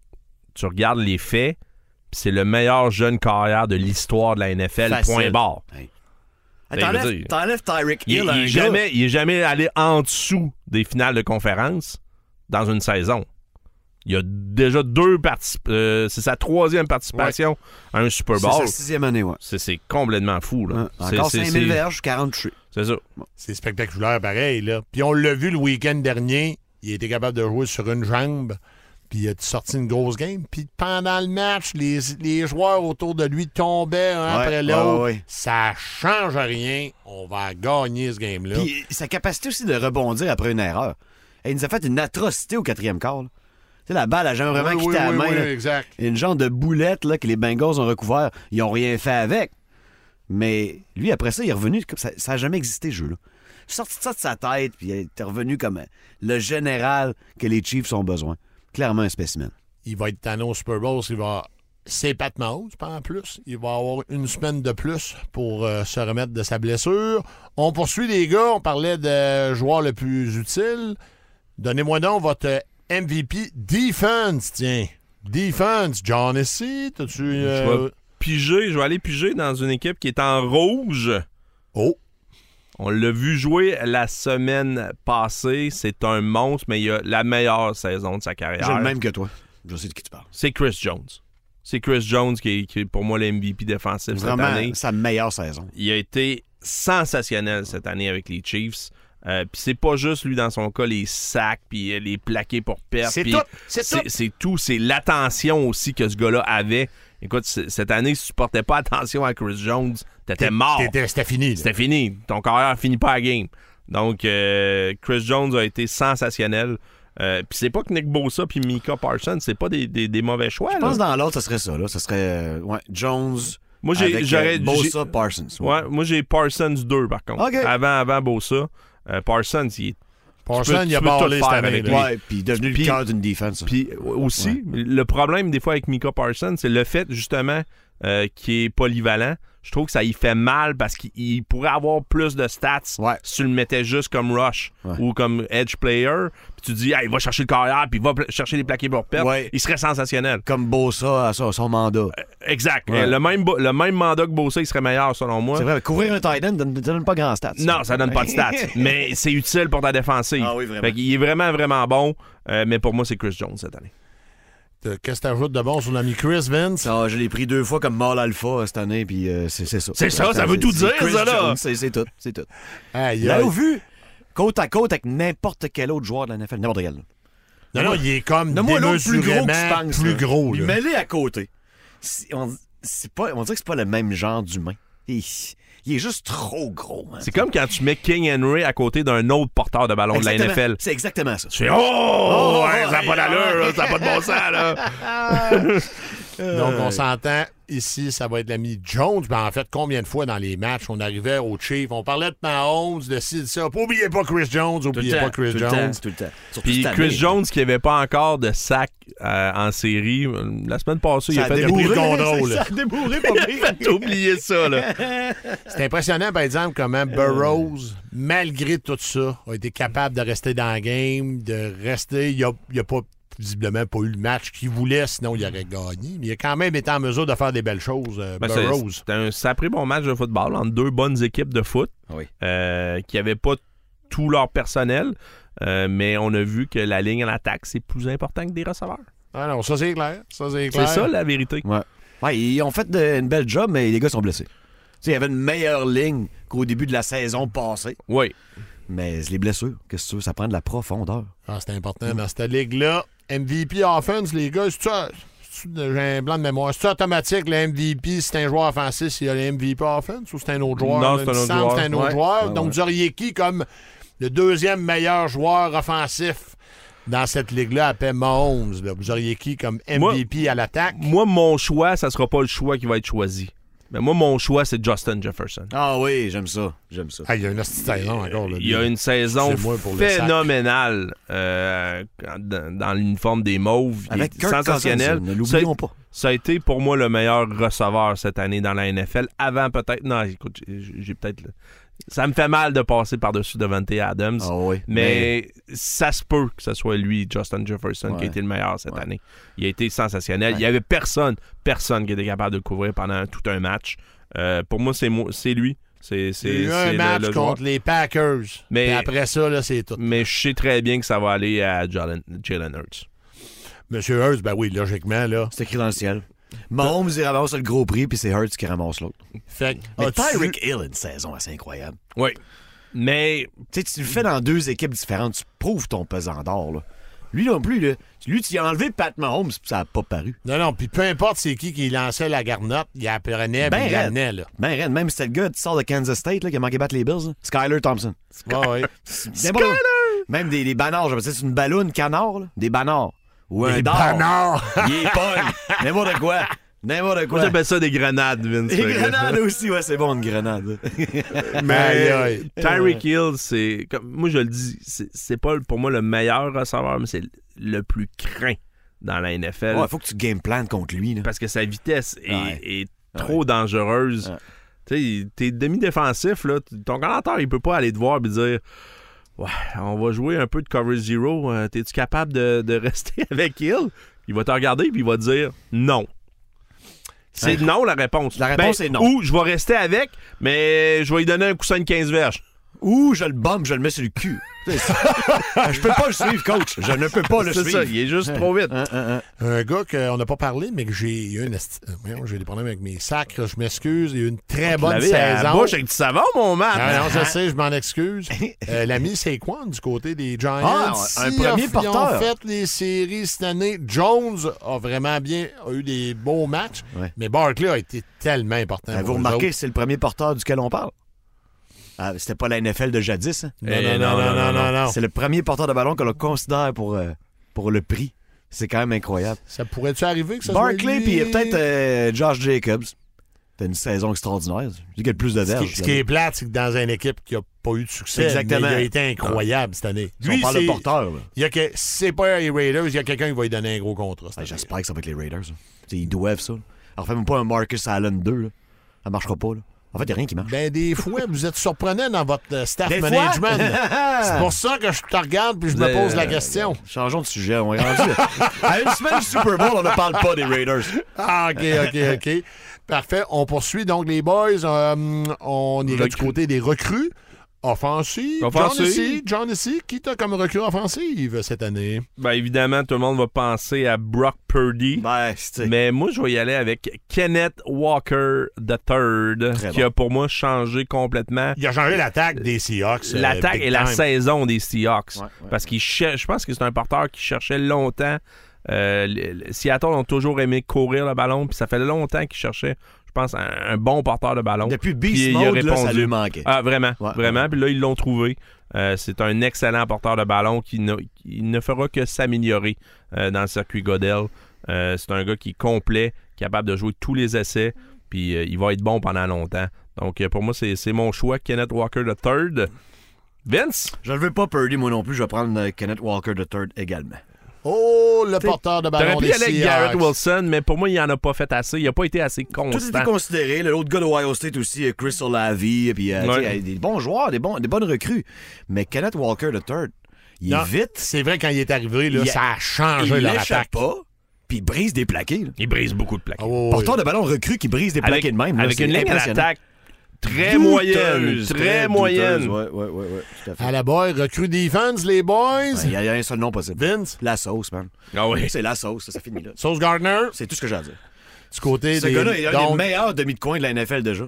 tu regardes les faits, puis c'est le meilleur jeune carrière de l'histoire de la NFL, Facile. point barre. Ben, Hey. je veux T'enlèves dire- t'enlèves Tyreek Il, Hill, il un est gars- jamais, il est jamais allé en dessous des finales de conférence dans une saison. Il a déjà deux particip- euh, c'est sa troisième participation à un Super C'est sa Bowl. sixième année, ouais. C'est c'est complètement fou là. Hein, C'est- Encore c'est- 5000 c'est- verges, 40 touchés. C'est ça. C'est spectaculaire, pareil, là. Puis on l'a vu le week-end dernier, il était capable de jouer sur une jambe, puis il a sorti une grosse game. Puis pendant le match, les, les joueurs autour de lui tombaient un Ouais, après ouais, l'autre. ouais, ouais. Ça change rien. On va gagner ce game-là. Puis sa capacité aussi de rebondir après une erreur. Et il nous a fait une atrocité au quatrième quart. là. Tu sais, la balle a jamais vraiment Oui, quitté oui, la oui, main. oui, là. exact. Une genre de boulette là, que les Bengals ont recouvert. Ils n'ont rien fait avec. Mais lui, après ça, il est revenu. comme Ça n'a jamais existé, ce jeu-là. Sorti de ça de sa tête, puis il est revenu comme le général que les Chiefs ont besoin. Clairement un spécimen. Il va être tanné au Super Bowl, il va... C'est Pat Mahomes, pas en plus. Il va avoir une semaine de plus pour euh, se remettre de sa blessure. On poursuit les gars. On parlait de joueur le plus utile. Donnez-moi donc votre MVP defense, tiens. Defense, John Essie, t'as-tu... Je euh, vais piger, je vais aller piger dans une équipe qui est en rouge. Oh, On l'a vu jouer la semaine passée. C'est un monstre, mais il a la meilleure saison de sa carrière. J'ai le même que toi. Je sais de qui tu parles. C'est Chris Jones. C'est Chris Jones qui est, qui est pour moi le MVP défensif cette année. Vraiment, sa meilleure saison. Il a été sensationnel cette année avec les Chiefs. Euh, puis c'est pas juste lui dans son cas les sacs puis euh, les plaqués pour perdre. C'est puis tout, c'est tout. C'est tout, c'est l'attention aussi que ce gars-là avait. Écoute, c- cette année, si tu portais pas [laughs] attention à Chris Jones, t'étais mort. t'étais- c'était fini. là. C'était fini. Ton carrière finit pas la game. Donc euh, Chris Jones a été sensationnel. Euh, puis c'est pas que Nick Bosa puis Mika Parsons, c'est pas des, des- des mauvais choix. Je là. pense que dans l'autre, ce serait ça. Là. Ce serait euh, ouais, Jones. Moi, j'ai- avec, euh, j'aurais- Bosa j'ai- Parsons. ouais. Ouais, moi j'ai Parsons 2 par contre. Ok. Avant, avant Bosa. euh, Parsons, il est Personne tu n'y a peux pas tout parlé cette faire année. avec là. lui. Ouais, puis devenu Puis- le cœur d'une défense. ça. Puis euh, aussi, le problème des fois avec Mika Parsons, c'est le fait justement euh, qu'il est polyvalent. Je trouve que ça y fait mal parce qu'il il pourrait avoir plus de stats Ouais. si tu le mettais juste comme rush Ouais. ou comme edge player. Puis tu dis, hey, va chercher le carrière, puis va pla- chercher les plaqués pour perdre. Ouais. Il serait sensationnel. Comme Bosa à son, son mandat. Exact. Ouais. Euh, Le, même, bo- le même mandat que Bosa, il serait meilleur selon moi. C'est vrai, courir un tight end ne donne, donne pas grand stats. Non, ça donne pas de [laughs] stats, mais c'est utile pour ta défensive. Ah oui, vraiment. Fait qu'il est vraiment, vraiment bon, euh, mais pour moi, c'est Chris Jones cette année. T'as- euh, Qu'est-ce que t'ajoutes de bon sur l'ami Chris Vince? Ça, je l'ai pris deux fois comme mâle alpha euh, cette année, puis euh, c'est c'est ça. C'est ça, ça C'est- veut tout c'est dire, Chris ça, là. Jones, C'est c'est tout, c'est tout. Aïe, aïe. Là, au vu, côte à côte avec n'importe quel autre joueur de la NFL, n'importe quel. Non, non, il est comme Donne-moi l'autre plus gros que démesurément Spence, plus là. gros. Puis là. mets-les à côté. C'est- On, c'est pas, on dirait que c'est pas le même genre d'humain. Il, il est juste trop gros, man. C'est comme quand tu mets King Henry à côté d'un autre porteur de ballon de la Exactement. NFL. C'est exactement ça. Tu fais Oh, ouais, ça n'a ouais, pas d'allure, ouais. là, [laughs] ça n'a pas de bon sens, là. Donc, on s'entend, ici, ça va être l'ami Jones. Mais en fait, combien de fois dans les matchs, on arrivait au Chief, on parlait de Mahomes, de ci, de ça. Pas Oubliez pas Chris Jones, oubliez pas Chris tout le Jones. temps, tout le temps. Surtout Puis cette année. Chris Jones, qui n'avait pas encore de sac euh, en série, euh, la semaine passée, il Ça a, a fait [laughs] débourré, pris le contrôle. [laughs] Ça a débourré, pas pire. oublier ça. Là. C'est impressionnant, par exemple, Euh. comment Burroughs, malgré tout ça, a été capable de rester dans la game, de rester. Il a, il a pas visiblement pas eu le match qu'il voulait, sinon il aurait gagné. Mais il a quand même été en mesure de faire des belles choses, euh, Ben, c'est- Burroughs. c'est un sacré bon match de football entre deux bonnes équipes de foot Oui. euh, qui n'avaient pas tout leur personnel, euh, mais on a vu que la ligne à l'attaque, c'est plus important que des receveurs. Ah non, ça c'est clair. Ça c'est C'est clair. ça la vérité. Ouais. Ouais, ils ont fait de- une belle job, mais les gars sont blessés. Tu sais, il y avait une meilleure ligne qu'au début de la saison passée. Oui. Mais les blessures, qu'est-ce que tu veux, ça prend de la profondeur. Ah, c'est important dans cette ligue-là. MVP offense, les gars, c'est ça. c'est-tu- J'ai un blanc de mémoire. C'est automatique, le MVP, c'est un joueur offensif, il y a le MVP offense ou c'est un autre joueur? Non, là? c'est un Il me autre semble que joueur. C'est un autre Ouais. joueur. Ouais, Donc, ouais. vous auriez qui comme le deuxième meilleur joueur offensif dans cette ligue-là, après Mahomes? là? Vous auriez qui comme Moi- MVP à l'attaque? Moi, mon choix, ça sera pas le choix qui va être choisi. Mais moi, mon choix, c'est Justin Jefferson. Ah oui, j'aime ça. J'aime ça. Ah, il y a une hostie de saison encore. Là, Il y a lui. une saison C'est moi pour le sac. phénoménale euh, dans, dans l'uniforme des Mauves. Il Avec est Kirk sensationnel. Cousins, ne Ça a- l'oublions pas. Ça a été pour moi le meilleur receveur cette année dans la NFL. Avant peut-être. Non, écoute, j'ai- j'ai peut-être. le- Ça me fait mal de passer par-dessus Devante Adams. Ah oui. Mais, ça se peut que ce soit lui, Justin Jefferson, qui Ouais. a été le meilleur cette Ouais. année. Il a été sensationnel. Il n'y avait personne, personne qui était capable de le couvrir pendant tout un match. Euh, pour moi, c'est moi- c'est lui. C'est Il y a c'est- eu c'est un le- match le joueur. contre les Packers. Mais- Mais après ça, là, c'est tout. Mais je sais très bien que ça va aller à Jalen Jalen Hurts. Monsieur Hurst, ben oui, logiquement, là. C'est écrit dans le ciel. Mahomes, il ramasse le gros prix, puis c'est Hurts qui ramasse l'autre. Fait que- Mais as-tu- Ah, Tyreek Hill a une saison assez incroyable. Oui. Mais Tu sais, tu le fais dans deux équipes différentes, tu prouves ton pesant d'or. Là. Lui non plus, là. Lui, tu lui as enlevé Pat Mahomes, puis ça n'a pas paru. Non, non, puis peu importe c'est qui qui lançait la garnotte, il apprenait, puis Ben, il raide. l'amenait, là. Ben, Ren, même si c'est le gars qui sort de Kansas State, là, qui a manqué battre les Bills, là, Skyler Thompson. Ouais, [laughs] ouais. N'importe- Même des, des banards, je sais, c'est une balloune canard, là. Des banards. Ou un Des dard. banards. [laughs] Il est pogne. N'importe quoi. N'importe moi, Ben. quoi. j'appelle ça des grenades, Vince. Des grenades aussi, ouais, c'est bon, [laughs] une grenade. Aïe, Mais Euh, aïe. Tyreek Hill, c'est. comme- Moi, je le dis, c'est c'est pas pour moi le meilleur receveur, mais c'est le plus craint dans la NFL. Ouais, faut que tu game plan contre lui, là. Parce que sa vitesse est, Ouais. est trop dangereuse. Ouais. Tu sais, il- t'es demi-défensif, là. t- Ton commentateur, il peut pas aller te voir et dire. Ouais, on va jouer un peu de cover zero. euh, T'es-tu capable de, de [laughs] rester avec Hill? Il va te regarder puis il va te dire non. C'est non la réponse. Ben, La réponse est non. Ou je vais rester avec, mais je vais lui donner un coussin de 15 verges. Ouh, je le bombe, je le mets sur [laughs] le cul. C'est ça. je peux pas le suivre, coach. Je ne peux pas le C'est suivre. ça, il est juste trop vite. Hein, hein, hein. Un gars qu'on n'a pas parlé, mais que j'ai eu une esti- euh, voyons, j'ai des problèmes avec mes sacs, là, je m'excuse. Il y a eu une Ah, très bonne Laver la saison. bouche avec du savon, mon man. Ah, non, je sais, je m'en [laughs] excuse. Euh, L'ami Saquon du côté des Giants. Ah, un Si premier ils ont- Ils ont porteur. fait les séries cette année. Jones a vraiment bien a eu des beaux matchs, Ouais. mais Barkley a été tellement important. Ben, pour vous eux remarquez, autres. c'est le premier porteur duquel on parle. Ah, C'était pas la NFL de jadis. hein. Non, Eh, non, non, non, non, non, non. C'est le premier porteur de ballon que l'on considère pour, euh, pour le prix. C'est quand même incroyable. Ça pourrait-tu arriver que ça soit Barkley, lui? puis peut-être euh, Josh Jacobs. C'était une saison extraordinaire. Je dis qu'il y a le plus de Ce verges. qui, ce qui est plate, c'est que dans une équipe qui n'a pas eu de succès, Exactement. mais il a été incroyable cette année. Si on parle de c'est- porteur. là. il y a que, si c'est pas les Raiders, il y a quelqu'un qui va lui donner un gros contrat. cette Ah, année. J'espère que ça va être les Raiders. là. Tu sais, Ils doivent ça. là. Alors, fais même pas un Marcus Allen 2. là. Ça marchera pas. là. En fait, il n'y a rien qui marche. Ben, des fois, vous êtes surprenant dans votre euh, staff Des fois- management. [laughs] [laughs] c'est pour ça que je te regarde puis je me Ben, pose la question. Changeons de sujet, on est rendu [laughs] à une semaine du Super Bowl, on ne parle pas des Raiders. Ah, OK, OK, OK. [laughs] Parfait. On poursuit donc les boys. Euh, on est du Recru- côté des recrues offensives. Offensive. John ici, John ici, qui t'a comme recrue offensive cette année? Ben, évidemment, tout le monde va penser à Brock Purdy. Ben, c'est- Mais moi, je vais y aller avec Kenneth Walker III, Très qui bon. a pour moi changé complètement Il a changé l'attaque des Seahawks. euh, l'attaque big et la time. saison des Seahawks. Ouais, ouais. Parce qu'il cher- je pense que c'est un porteur qui cherchait longtemps. Euh, le- le- Seattle ont toujours aimé courir le ballon, puis ça fait longtemps qu'ils cherchaient, je pense, un, un bon porteur de ballon. Depuis Puis Beast il a Mode, là, ça répondu. lui manquait. Ah, vraiment, Ouais, vraiment. Puis là, ils l'ont trouvé. Euh, c'est un excellent porteur de ballon qui, n'a- qui ne fera que s'améliorer euh, dans le circuit Godel. Euh, c'est un gars qui est complet, capable de jouer tous les essais, puis euh, il va être bon pendant longtemps. Donc, euh, pour moi, c'est c'est mon choix, Kenneth Walker III. Vince? Je ne veux pas Purdy, moi non plus. Je vais prendre euh, Kenneth Walker III également. Oh, le porteur de T'aurais ballon pu des y aller avec Garrett Seahawks. Wilson, mais pour moi, il en a pas fait assez. Il a pas été assez Tout était constant. considéré. là, L'autre gars d'Ohio State aussi, euh, Chris Olavi, puis euh, Ouais. tu sais, euh, des bons joueurs, des, bons, des bonnes recrues. Mais Kenneth Walker III, il Non, est vite, C'est vrai, quand il est arrivé, là, Il- ça a il changé leur lèche attaque. pas, puis il brise des plaqués. là. Il brise beaucoup de plaques. Ah, ouais, ouais. Porteur de ballon recrue qui brise des plaqués avec de même. là, avec c'est une ligne impressionnant. d'attaque très Douteuse, moyenne. Très douteuse, moyenne. Ouais, ouais, ouais, ouais, tout à fait. À la boy, recrue defense, les boys. Il y, a- il y a un seul nom possible. Vince, La sauce, man. Ah Eh. oui. C'est la sauce, ça, ça finit là. Sauce Gardner, C'est tout ce que j'ai à dire. du côté Ce des... gars-là est un donc, des meilleurs demi de coin de la NFL déjà.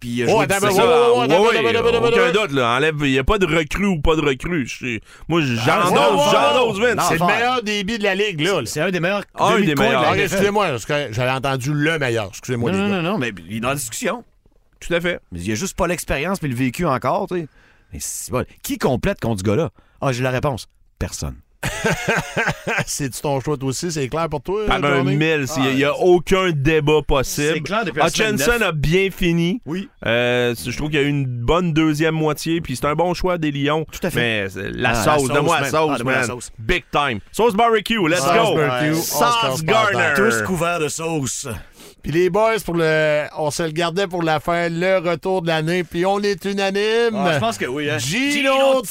Puis il a Oh, joué attends, 17 mais ouais, ans. ouais, ouais, Ouais, attends, ouais, attends, attends, Ah, aucun attends. doute, là. Enlève, il n'y a pas de recrue ou pas de recrue. Je suis- Moi, j'en Ah, ouais, ose, ouais, j'en ose, ouais. Vince. C'est le Enfin. meilleur débit de la ligue, là. là. C'est un des meilleurs Un demi des de coin meilleurs. de Ah, la NFL. excusez-moi, parce que j'avais entendu le meilleur. Excusez-moi, Non, les non, gars. non, non, mais il est dans la discussion. Tout à fait. Mais il a juste pas l'expérience puis le vécu encore, tu sais. Mais c'est bon. Qui complète contre ce gars-là? Ah, j'ai la réponse. Personne. Ah. Ah, C'est-tu ton choix, toi aussi? C'est clair pour toi? Par un Johnny? mille, s'il y a- il n'y a aucun débat Ah, C'est possible. clair depuis la semaine Hutchinson neuf. a bien fini. Oui. Euh, je trouve qu'il y a eu une bonne deuxième moitié, puis c'est un bon choix des Lions. Tout à fait. Mais euh, la Ah, la sauce, sauce, donne-moi la man. sauce, Ah, donne-moi la man. sauce. Big time. Sauce barbecue, let's Sauce go. barbecue, on se Sauce casse pas la Garner. tête. Tous couverts de sauce. Puis les boys, pour le... on se le gardait pour la fin, le retour de l'année, puis on est unanime. Ah, je pense que oui, hein. Gino Gino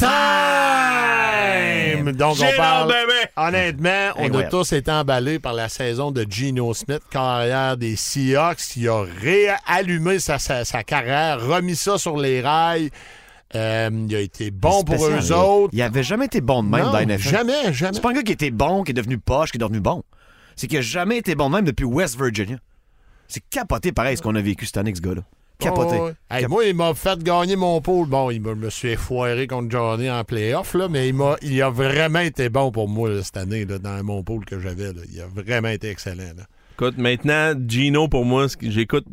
Time! Donc, on Gino, parle... bébé. Honnêtement, on a Incroyable. tous été emballés par la saison de Gino Smith, carrière des Seahawks, qui a réallumé sa, sa- sa carrière, remis ça sur les rails. Euh, il a été bon pour Spécial, eux là. autres. Il avait jamais été bon de même Non, dans la NFL. jamais, jamais. C'est pas un gars qui était bon, qui est devenu poche, qui est devenu bon. C'est qu'il a jamais été bon de même depuis West Virginia. C'est capoté pareil ce qu'on a vécu cette année, que ce gars-là. Capoté. Oh, Oh, Ouais, ouais. Hey, moi, il m'a fait gagner mon pôle. Bon, il me, me suis foiré contre Johnny en playoff, là, mais il, m'a- il a vraiment été bon pour moi là, cette année là, dans mon pôle que j'avais. là. Il a vraiment été excellent. là. Écoute, maintenant, Gino, pour moi, ce que j'écoute.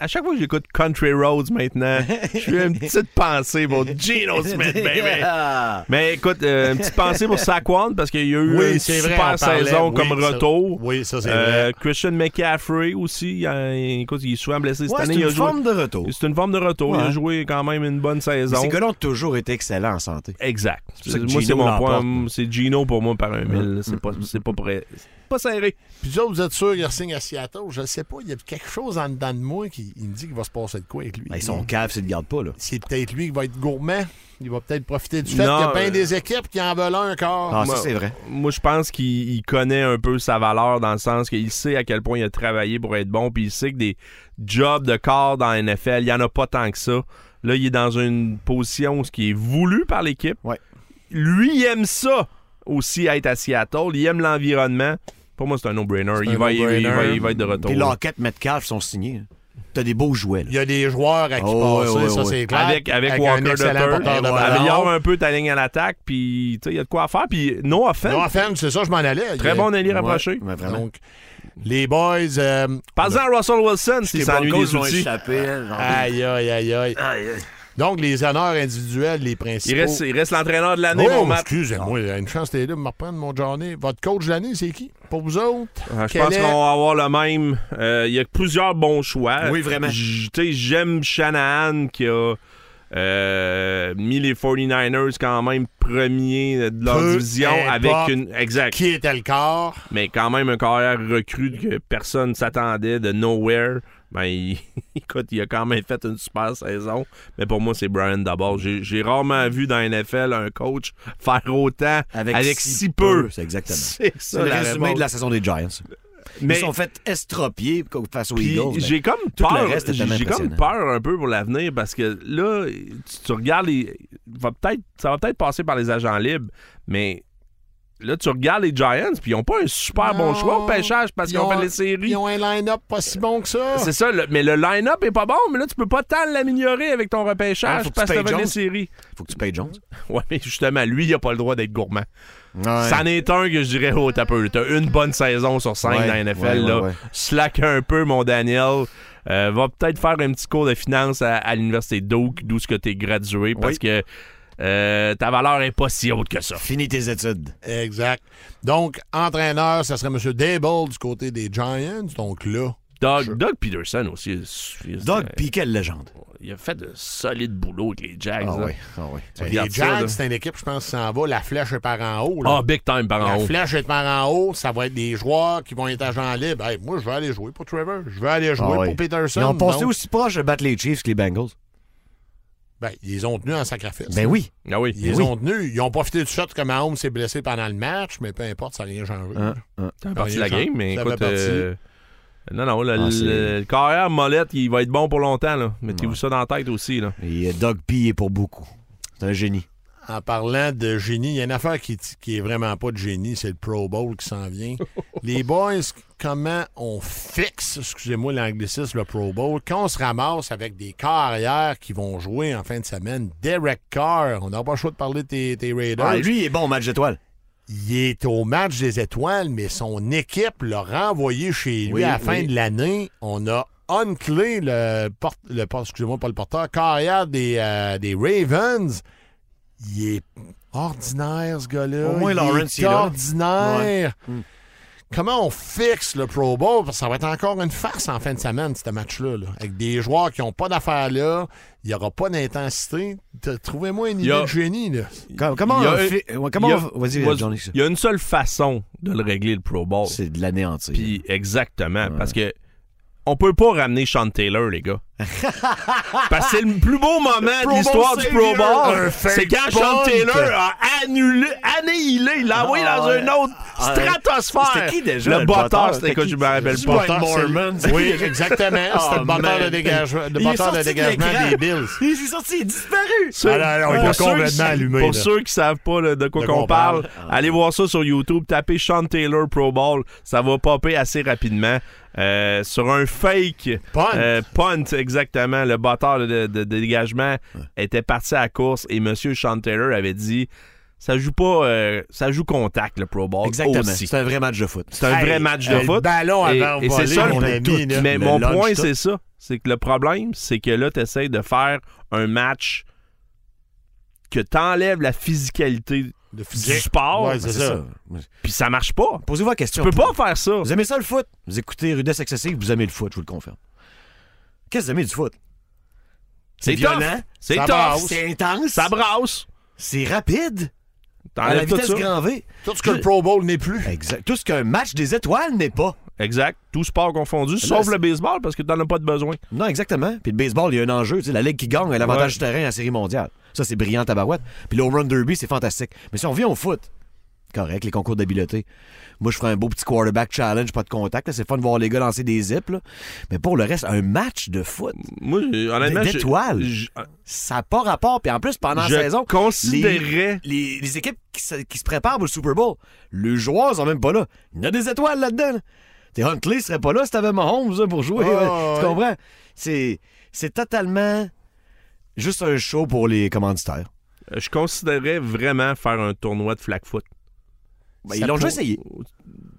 À chaque fois que j'écoute Country Roads maintenant, je suis une petite pensée pour Gino Smith, baby. [laughs] Ah. Mais écoute, euh, une petite pensée pour Saquon parce qu'il y a eu Oui, une c'est vrai, super on parlait, saison oui, comme ça- retour. Euh, oui, ça, c'est vrai. Christian McCaffrey aussi, euh, écoute, il est souvent blessé cette Ouais, année. c'est il a une joué- forme de retour. C'est une forme de retour. Il a Ouais. joué quand même une bonne saison. Ces gars-là ont toujours été excellents en santé. Exact. pour ça que moi, Gino c'est mon l'emporte. point. C'est Gino pour moi par un mille. C'est pas, c'est pas prêt. c'est Pas serré. Puis vous autres, vous êtes sûr qu'il signe à Seattle? Je ne sais pas. Il y a quelque chose en dedans de moi qui il me dit qu'il va se passer de quoi avec lui. Hein? Ben, ils sont caves s'ils ne gardent pas, là. C'est peut-être lui qui va être gourmand. Il va peut-être profiter du fait Non, qu'il y a plein euh, des équipes qui en veulent un encore. Ah, ça, Moi- c'est vrai. Moi, je pense qu'il il connaît un peu sa valeur dans le sens qu'il sait à quel point il a travaillé pour être bon, puis il sait que des jobs de corps dans la NFL, il n'y en a pas tant que ça. Là, il est dans une position ce qui est voulu par l'équipe. Ouais. Lui, il aime ça aussi, être à Seattle. Il aime l'environnement. Pour moi, c'est un no-brainer. C'est Il, un va- il- il no-brainer. va- il va être de retour. Puis Lockett, Metcalf sont signés. là. T'as des beaux jouets, là. Il y a des joueurs à qui Oh, passer, ouais, ouais, ça ouais. c'est clair. avec, avec, un Walker de excellent porteur de Améliore ballon. un peu ta ligne à l'attaque, puis tu sais, il y a de quoi à faire. Puis no offense, Non, offense, c'est ça, je m'en allais. très Il- bon allié Ouais, rapproché. ouais, vraiment. Donc, les boys. euh, Parle-en à Russell Wilson s'il les s'ennuie Broncos des l'ont outils. échappé, hein, genre. Aïe, aïe, aïe, aïe. Donc, les honneurs individuels, les principaux. Il reste, il reste l'entraîneur de l'année, oh, mon Matt. Ah. excusez-moi, il y a une chance t'es là, de me reprendre mon Johnny. Votre coach de l'année, c'est qui? Pour vous autres? Ah, Je Quel pense est- qu'on va avoir le même. Euh, Il y a plusieurs bons choix. Oui, vraiment. J- tu sais, J'aime Shanahan qui a euh, mis les 49ers quand même premier de leur Peu division avec importe une. Exact. Qui était le corps? Mais quand même, un carrière recrue que personne ne s'attendait de nowhere. Ben, il- [laughs] écoute, il a quand même fait une super saison. Mais pour moi, c'est Brian d'abord. J'ai j'ai rarement vu dans la NFL un coach faire autant avec, si, peu. C'est [laughs] exactement. C'est ça, C'est le la résumé réponse. de la saison des Giants. Mais- Ils sont fait estropier co- face aux Puis Eagles. ben, j'ai comme tout peur, le reste est tellement j'ai comme impressionnant. peur un peu pour l'avenir parce que là, tu, tu regardes les, va peut-être, ça va peut-être passer par les agents libres, mais là tu regardes les Giants puis ils ont pas un super Non. bon choix au pêchage parce Ils qu'ils ont ont- fait les séries. Ils ont un line-up pas si bon que ça. C'est ça, le- mais le line-up est pas bon, mais là tu peux pas tant l'améliorer avec ton repêchage Ah, faut que tu parce que payes t'as fait les Jones. séries. faut que tu payes Jones. Ouais, mais justement, lui, il a pas le droit d'être gourmand. C'en est un que je dirais, oh, t'as peu. T'as une bonne saison sur cinq Ouais, dans la NFL. ouais, ouais, là. ouais. Slack un peu, mon Daniel. Euh, va peut-être faire un petit cours de finance à, à l'Université d'Oak, d'où ce que t'es gradué, parce Oui. que euh, ta valeur est pas si haute que ça. Finis tes études. Exact. Donc, entraîneur, ça serait M. Dable du côté des Giants. Donc là, Doug, Doug Peterson aussi. il- Doug, euh, puis quelle légende. il a fait de solides boulots avec les Jags. Ah là. oui, ah oui. Tu les regardes ça, là. Giants, c'est une équipe, je pense, qui s'en va. La flèche est par en haut. là. Ah, big time par en La haut. flèche est par en haut. Ça va être des joueurs qui vont être agents libres. Hey, moi, je vais aller jouer pour Trevor. Je vais aller jouer Ah pour oui. Peterson. Ils ont passé Donc, aussi proche de battre les Chiefs que les Bengals. ben, ils les ont tenus en sacrifice. Ben oui. Ah oui. Ils les oui. ont tenus. Ils ont profité du shot que Mahomes s'est blessé pendant le match, mais peu importe, ça n'a rien changé. Hein? Ça fait partie de la Ça- game, mais ça écoute. fait partie. euh, non, non, le, Ah, c'est- le- le carrière molette, il va être bon pour longtemps. là. Mettez-vous ça dans la tête aussi. Là. Et euh, Doug P est pour beaucoup. C'est un génie. En parlant de génie, il y a une affaire qui, qui est vraiment pas de génie, c'est le Pro Bowl qui s'en [laughs] vient. Les boys, comment on fixe, excusez-moi l'anglicisme, le Pro Bowl, quand on se ramasse avec des carrières qui vont jouer en fin de semaine, Derek Carr, on n'a pas le choix de parler de tes, tes Ben Raiders. Ah, lui, il est bon au match d'étoiles. Il est au match des étoiles, mais son équipe l'a renvoyé chez lui Oui, à la fin oui. de l'année. On a Huntley, le, porte, le porte- excusez-moi, pas le porteur, carrière des, euh, des Ravens. Il est ordinaire, ce gars-là. Au moins, il Lawrence, est il est là. Hmm. ordinaire. Comment on fixe le Pro Bowl? Parce que ça va être encore une farce en fin de semaine, ce match-là. là, avec des joueurs qui n'ont pas d'affaires là. Il n'y aura pas d'intensité. T- Trouvez-moi une Il y idée a- de génie. Là. Com- Comment Il y a on un- fait- ouais, Ah, comment il y a- on- Vas-y, moi, Johnny. ça. Il y a une seule façon de le régler, le Pro Bowl. C'est de l'anéantir. Puis exactement, parce que on peut pas ramener Sean Taylor, les [laughs] gars. parce que c'est le plus beau moment de Bowl l'histoire du Pro Savior. Bowl. Un C'est fake quand Sean punt. Taylor a annulé, annihilé, il l'a envoyé Ah, dans ouais. une autre Ah, stratosphère. c'était qui déjà, Le le botteur, botteur? c'était C'était quoi, qui? je me rappelle Du pas. Mike Mormon. [laughs] Oui, exactement. C'était le Oh, bâtard de man. dégagement, le Il est bâtard de sorti de dégagement l'écran. des Bills. Il est sorti, il est disparu. Ceux- Ah, là, là, on pour l'a ceux qui- complètement allumé, Pour là. ceux qui savent pas là, de quoi De qu'on quoi on parle, parle. allez voir ça sur YouTube. Tapez Sean Taylor Pro Bowl. Ça va popper assez rapidement. Euh, sur un fake Punt. euh, punt, exactement. Le batteur de, de- de dégagement était parti à la course et Monsieur Sean Taylor avait dit ça joue pas, euh, ça joue contact le Pro Bowl. Exactement. aussi. C'est un vrai match de foot. C'est un Hey, vrai match de euh, le foot. ballon Et- avant et volé, c'est ça, mon le- ami, tout- là. Mais Le mon lunch, point, tout. c'est ça. C'est que le problème, c'est que là, tu essaies de faire un match que t'enlèves la physicalité, Le du sport. Ouais, c'est Ben, ça. puis ça marche pas. Posez-vous la question. Tu peux pas faire ça. Vous aimez ça le foot? Vous écoutez Rudesse Excessive, vous aimez le foot, je vous le confirme. Qu'est-ce que vous aimez du foot? C'est violent. tough. C'est Ça tough. brasse. C'est intense. Ça brasse. C'est rapide. À la T'enlèves tout vitesse ça. grand V. Tout ce que le Pro Bowl n'est plus. Exact. Tout ce qu'un match des étoiles n'est pas. Exact. Tout sport confondu, sauf c'est- le baseball, parce que t'en as pas de besoin. Non, exactement. Puis le baseball, il y a un enjeu. Tu sais, la ligue qui gagne a l'avantage Ouais. du terrain en série mondiale. Ça, c'est brillant à barouette. Puis le home run derby, c'est fantastique. Mais si on vient au foot, correct, les concours d'habileté. Moi, je ferais un beau petit quarterback challenge, pas de contact. là. C'est fun de voir les gars lancer des zips. là. Mais pour le reste, un match de foot, Moi, j'ai- honnêtement, Des- j'ai- d'étoiles. j'ai- euh, ça n'a pas rapport. Puis en plus, pendant Je la saison, considérais- les, les- les équipes qui se, qui se préparent pour le Super Bowl, les joueurs sont même pas là. Il y en a des étoiles là-dedans. T'es Huntley serait pas là si t'avais Mahomes là, pour jouer. Ah, ouais. [laughs] tu comprends? C'est, c'est totalement juste un show pour les commanditaires. je considérais vraiment faire un tournoi de flag foot. Ben, Ça ils l'ont déjà pour- essayé.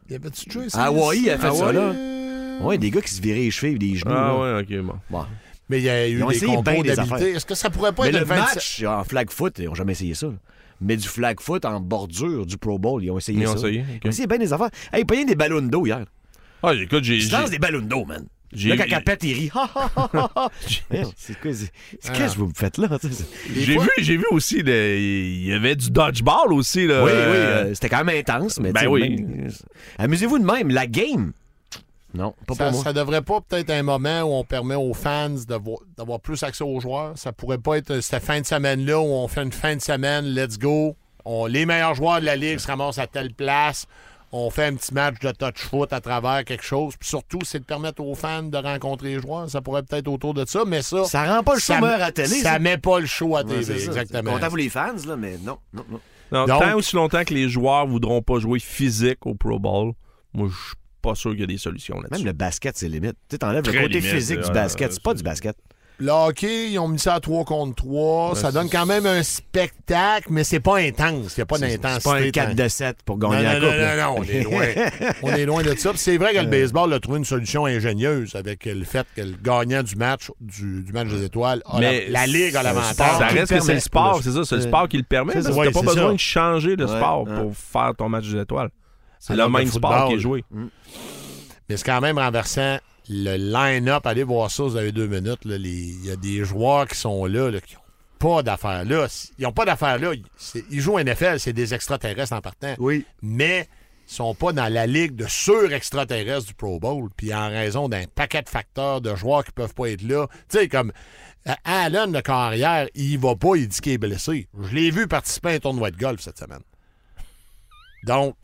Il y avait-tu déjà essayé Hawaii a fait ça, Hawaii, là. euh, Ouais, des gars qui se viraient les cheveux et les genoux. Ah là. ouais, ok, bon. Bon. Mais il y a eu Ils ont des essayé concours bien des d'habileté. affaires. Est-ce que ça pourrait pas Mais être le le 27? match en flag foot, ils n'ont jamais essayé ça. là. Mais du flag foot en bordure du Pro Bowl, ils ont essayé Ils ça. ont essayé, ok. Ils ont essayé bien des affaires. Hey, ils payaient des ballons d'eau hier. Ah, écoute, j'ai. Je j'ai- lance des ballons d'eau, man. J'ai Là, eu- quand elle pète, il rit. Ha, ha, ha, ha, [laughs] ha. Merde, C'est quoi? C'est c'est Ah. qu'est-ce que vous me faites là? tu sais, c'est- Des J'ai fois- vu, j'ai vu aussi, le- il y avait du dodgeball aussi. Là, Oui, oui, Euh, euh, c'était quand même intense, mais ben tu sais, oui. même- euh, Amusez-vous de même, la game. Non, pas Ça, pour moi. ça devrait pas peut-être un moment où on permet aux fans de vo- d'avoir plus accès aux joueurs. Ça pourrait pas être euh, cette fin de semaine-là où on fait une fin de semaine, let's go. On, les meilleurs joueurs de la Ligue se ramassent à telle place. On fait un petit match de touch foot à travers quelque chose. Puis surtout, c'est de permettre aux fans de rencontrer les joueurs. Ça pourrait peut-être autour de ça, mais ça. Ça rend pas le ça chômeur met- à télé. Ça ça. met pas le show à Ouais, télé, c'est ça. exactement. Content pour les fans, là, mais non, non, non. non, Donc- tant aussi longtemps que les joueurs voudront pas jouer physique au Pro Bowl, moi, je suis pas sûr qu'il y a des solutions Même là-dessus. le basket, c'est limite. Tu sais, t'enlèves le Très côté limite, physique là, du basket. euh, C'est pas c'est- du basket. Le hockey, ils ont mis ça à 3 contre 3. ça donne quand même un spectacle, mais c'est pas intense. Il n'y a pas d'intensité. hein. C'est pas un 4 tant- de 7 pour non, gagner la non, coupe. non, là. non, non, on est loin. [laughs] on est loin de ça. Puis c'est vrai Euh. que le baseball a trouvé une solution ingénieuse avec le fait que le gagnant du match, du, du match des étoiles, a la, Mais la Ligue a sport Ça l'avantage. qui reste le que c'est permet. le sport, c'est ça, c'est le C'est- sport qui le permet. c'est Parce ça. que t'as pas Ouais, c'est besoin ça. de changer de Ouais, sport hein. pour faire ton match des étoiles. C'est Alors le que même le sport qui est football, joué. Mais c'est quand même renversant. Le line-up, allez voir ça, vous avez deux minutes. là, les- Il y a des joueurs qui sont là, là, qui n'ont pas d'affaires là. Ils n'ont pas d'affaires là. C'est- Ils jouent NFL, c'est des extraterrestres en partant. [laughs] Oui. mais ils sont pas dans la ligue de sur-extraterrestres du Pro Bowl, puis en raison d'un paquet de facteurs de joueurs qui peuvent pas être là. Tu sais, comme euh, Allen, le carrière, il va pas, il dit qu'il est blessé. Je l'ai vu participer à un tournoi de golf cette semaine. Donc,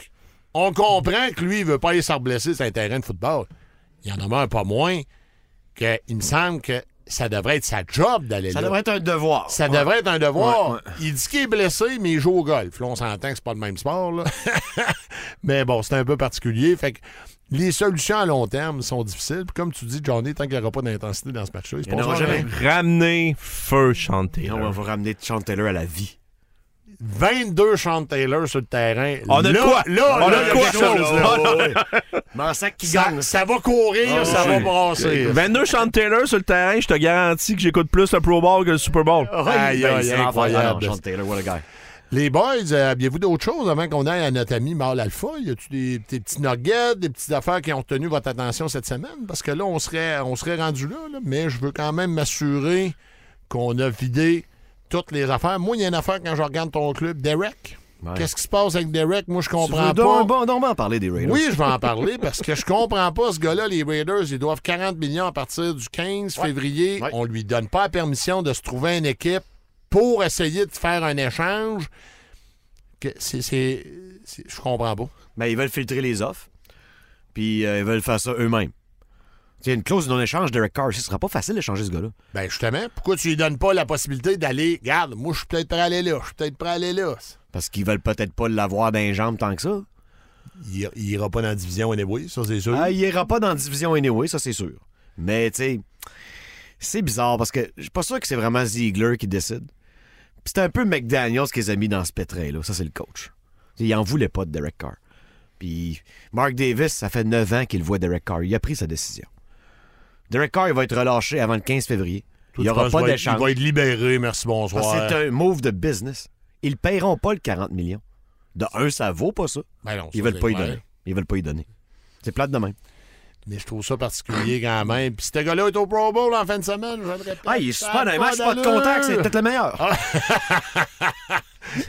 on comprend que lui, il veut pas aller se blesser sur un terrain de football. Il en demeure pas moins que, il me semble que ça devrait être sa job d'aller Ça là. devrait être un devoir. Ça devrait être un devoir. Ouais, ouais. Il dit qu'il est blessé, mais il joue au golf. Là, on s'entend que c'est pas le même sport. là. mais bon, c'est un peu particulier. Fait que les solutions à long terme sont difficiles. Puis comme tu dis, Johnny, tant qu'il n'y aura pas d'intensité dans ce match-là, il se Il y en passera aura jamais. rien. Ramener feu chanter. Non, on va ramener Sean Taylor à la vie. 22 Sean Taylor sur le terrain. On a là, de quoi? Là, On a là, de Ah, il y quoi? quelque chose, là. Oh, [laughs] Marsac qui Ça, gagne. ça va courir, Ah, ça va oui. brasser. 22 Sean Taylor sur le terrain, je te garantis que j'écoute plus le Pro Bowl que le Super Bowl. Aïe, Ben, aïe, c'est l'enfer. Ah non, incroyable. Sean Taylor, what a guy. Les boys, euh, aviez-vous d'autres choses avant qu'on aille à notre ami Mal Alpha? Y a-tu des, des petits nuggets, des petites affaires qui ont retenu votre attention cette semaine? Parce que là, on serait, on serait rendu là, là, mais je veux quand même m'assurer qu'on a vidé toutes les affaires. Moi, il y a une affaire quand je regarde ton club, Derek. Ouais. Qu'est-ce qui se passe avec Derek? Moi, je Tu comprends veux pas. donc- bon, donc, on va en parler des Raiders. Oui, je vais en parler parce que je comprends pas ce gars-là. Les Raiders, ils doivent 40 millions à partir du 15 février. Ouais. On lui donne pas la permission de se trouver une équipe pour essayer de faire un échange. Que c'est, c'est- c'est- je comprends pas. Ben, ils veulent filtrer les offres, puis euh, ils veulent faire ça eux-mêmes. Il y a une clause de non-échange, Derek Carr. Ce sera pas facile d'échanger ce gars-là. Ben justement, pourquoi tu lui donnes pas la possibilité d'aller, regarde, moi je suis peut-être prêt à aller là, je suis peut-être prêt à aller là. Parce qu'ils veulent peut-être pas l'avoir dans les jambes tant que ça. Il, il ira pas dans la division anyway, ça c'est sûr. Ah, il ira pas dans la division anyway, ça c'est sûr. Mais tu sais, c'est bizarre parce que je suis pas sûr que c'est vraiment Ziegler qui décide. Puis C'est un peu McDaniels qui les a mis dans ce pétrin-là. Ça, c'est le coach. Il en voulait pas de Derek Carr. Puis Mark Davis, ça fait 9 ans qu'il voit Derek Carr. Il a pris sa décision. Derek Carr, il va être relâché avant le 15 février. Toi, il tu n'y aura penses pas qu'il va être- d'échange. Il va être libéré, merci, bonsoir. Parce que C'est un move de business. Ils paieront pas le 40 millions. De un, ça vaut pas ça. Ben non, Ils ça, veulent c'est pas y clair. donner. Ils veulent pas y donner. C'est plate de même. Mais je trouve ça particulier quand même. Puis ce gars-là est au Pro Bowl en fin de semaine, je le répète. Ah, il est Ça super a dans les matchs, pas de d'allure. contact, c'est peut-être le meilleur.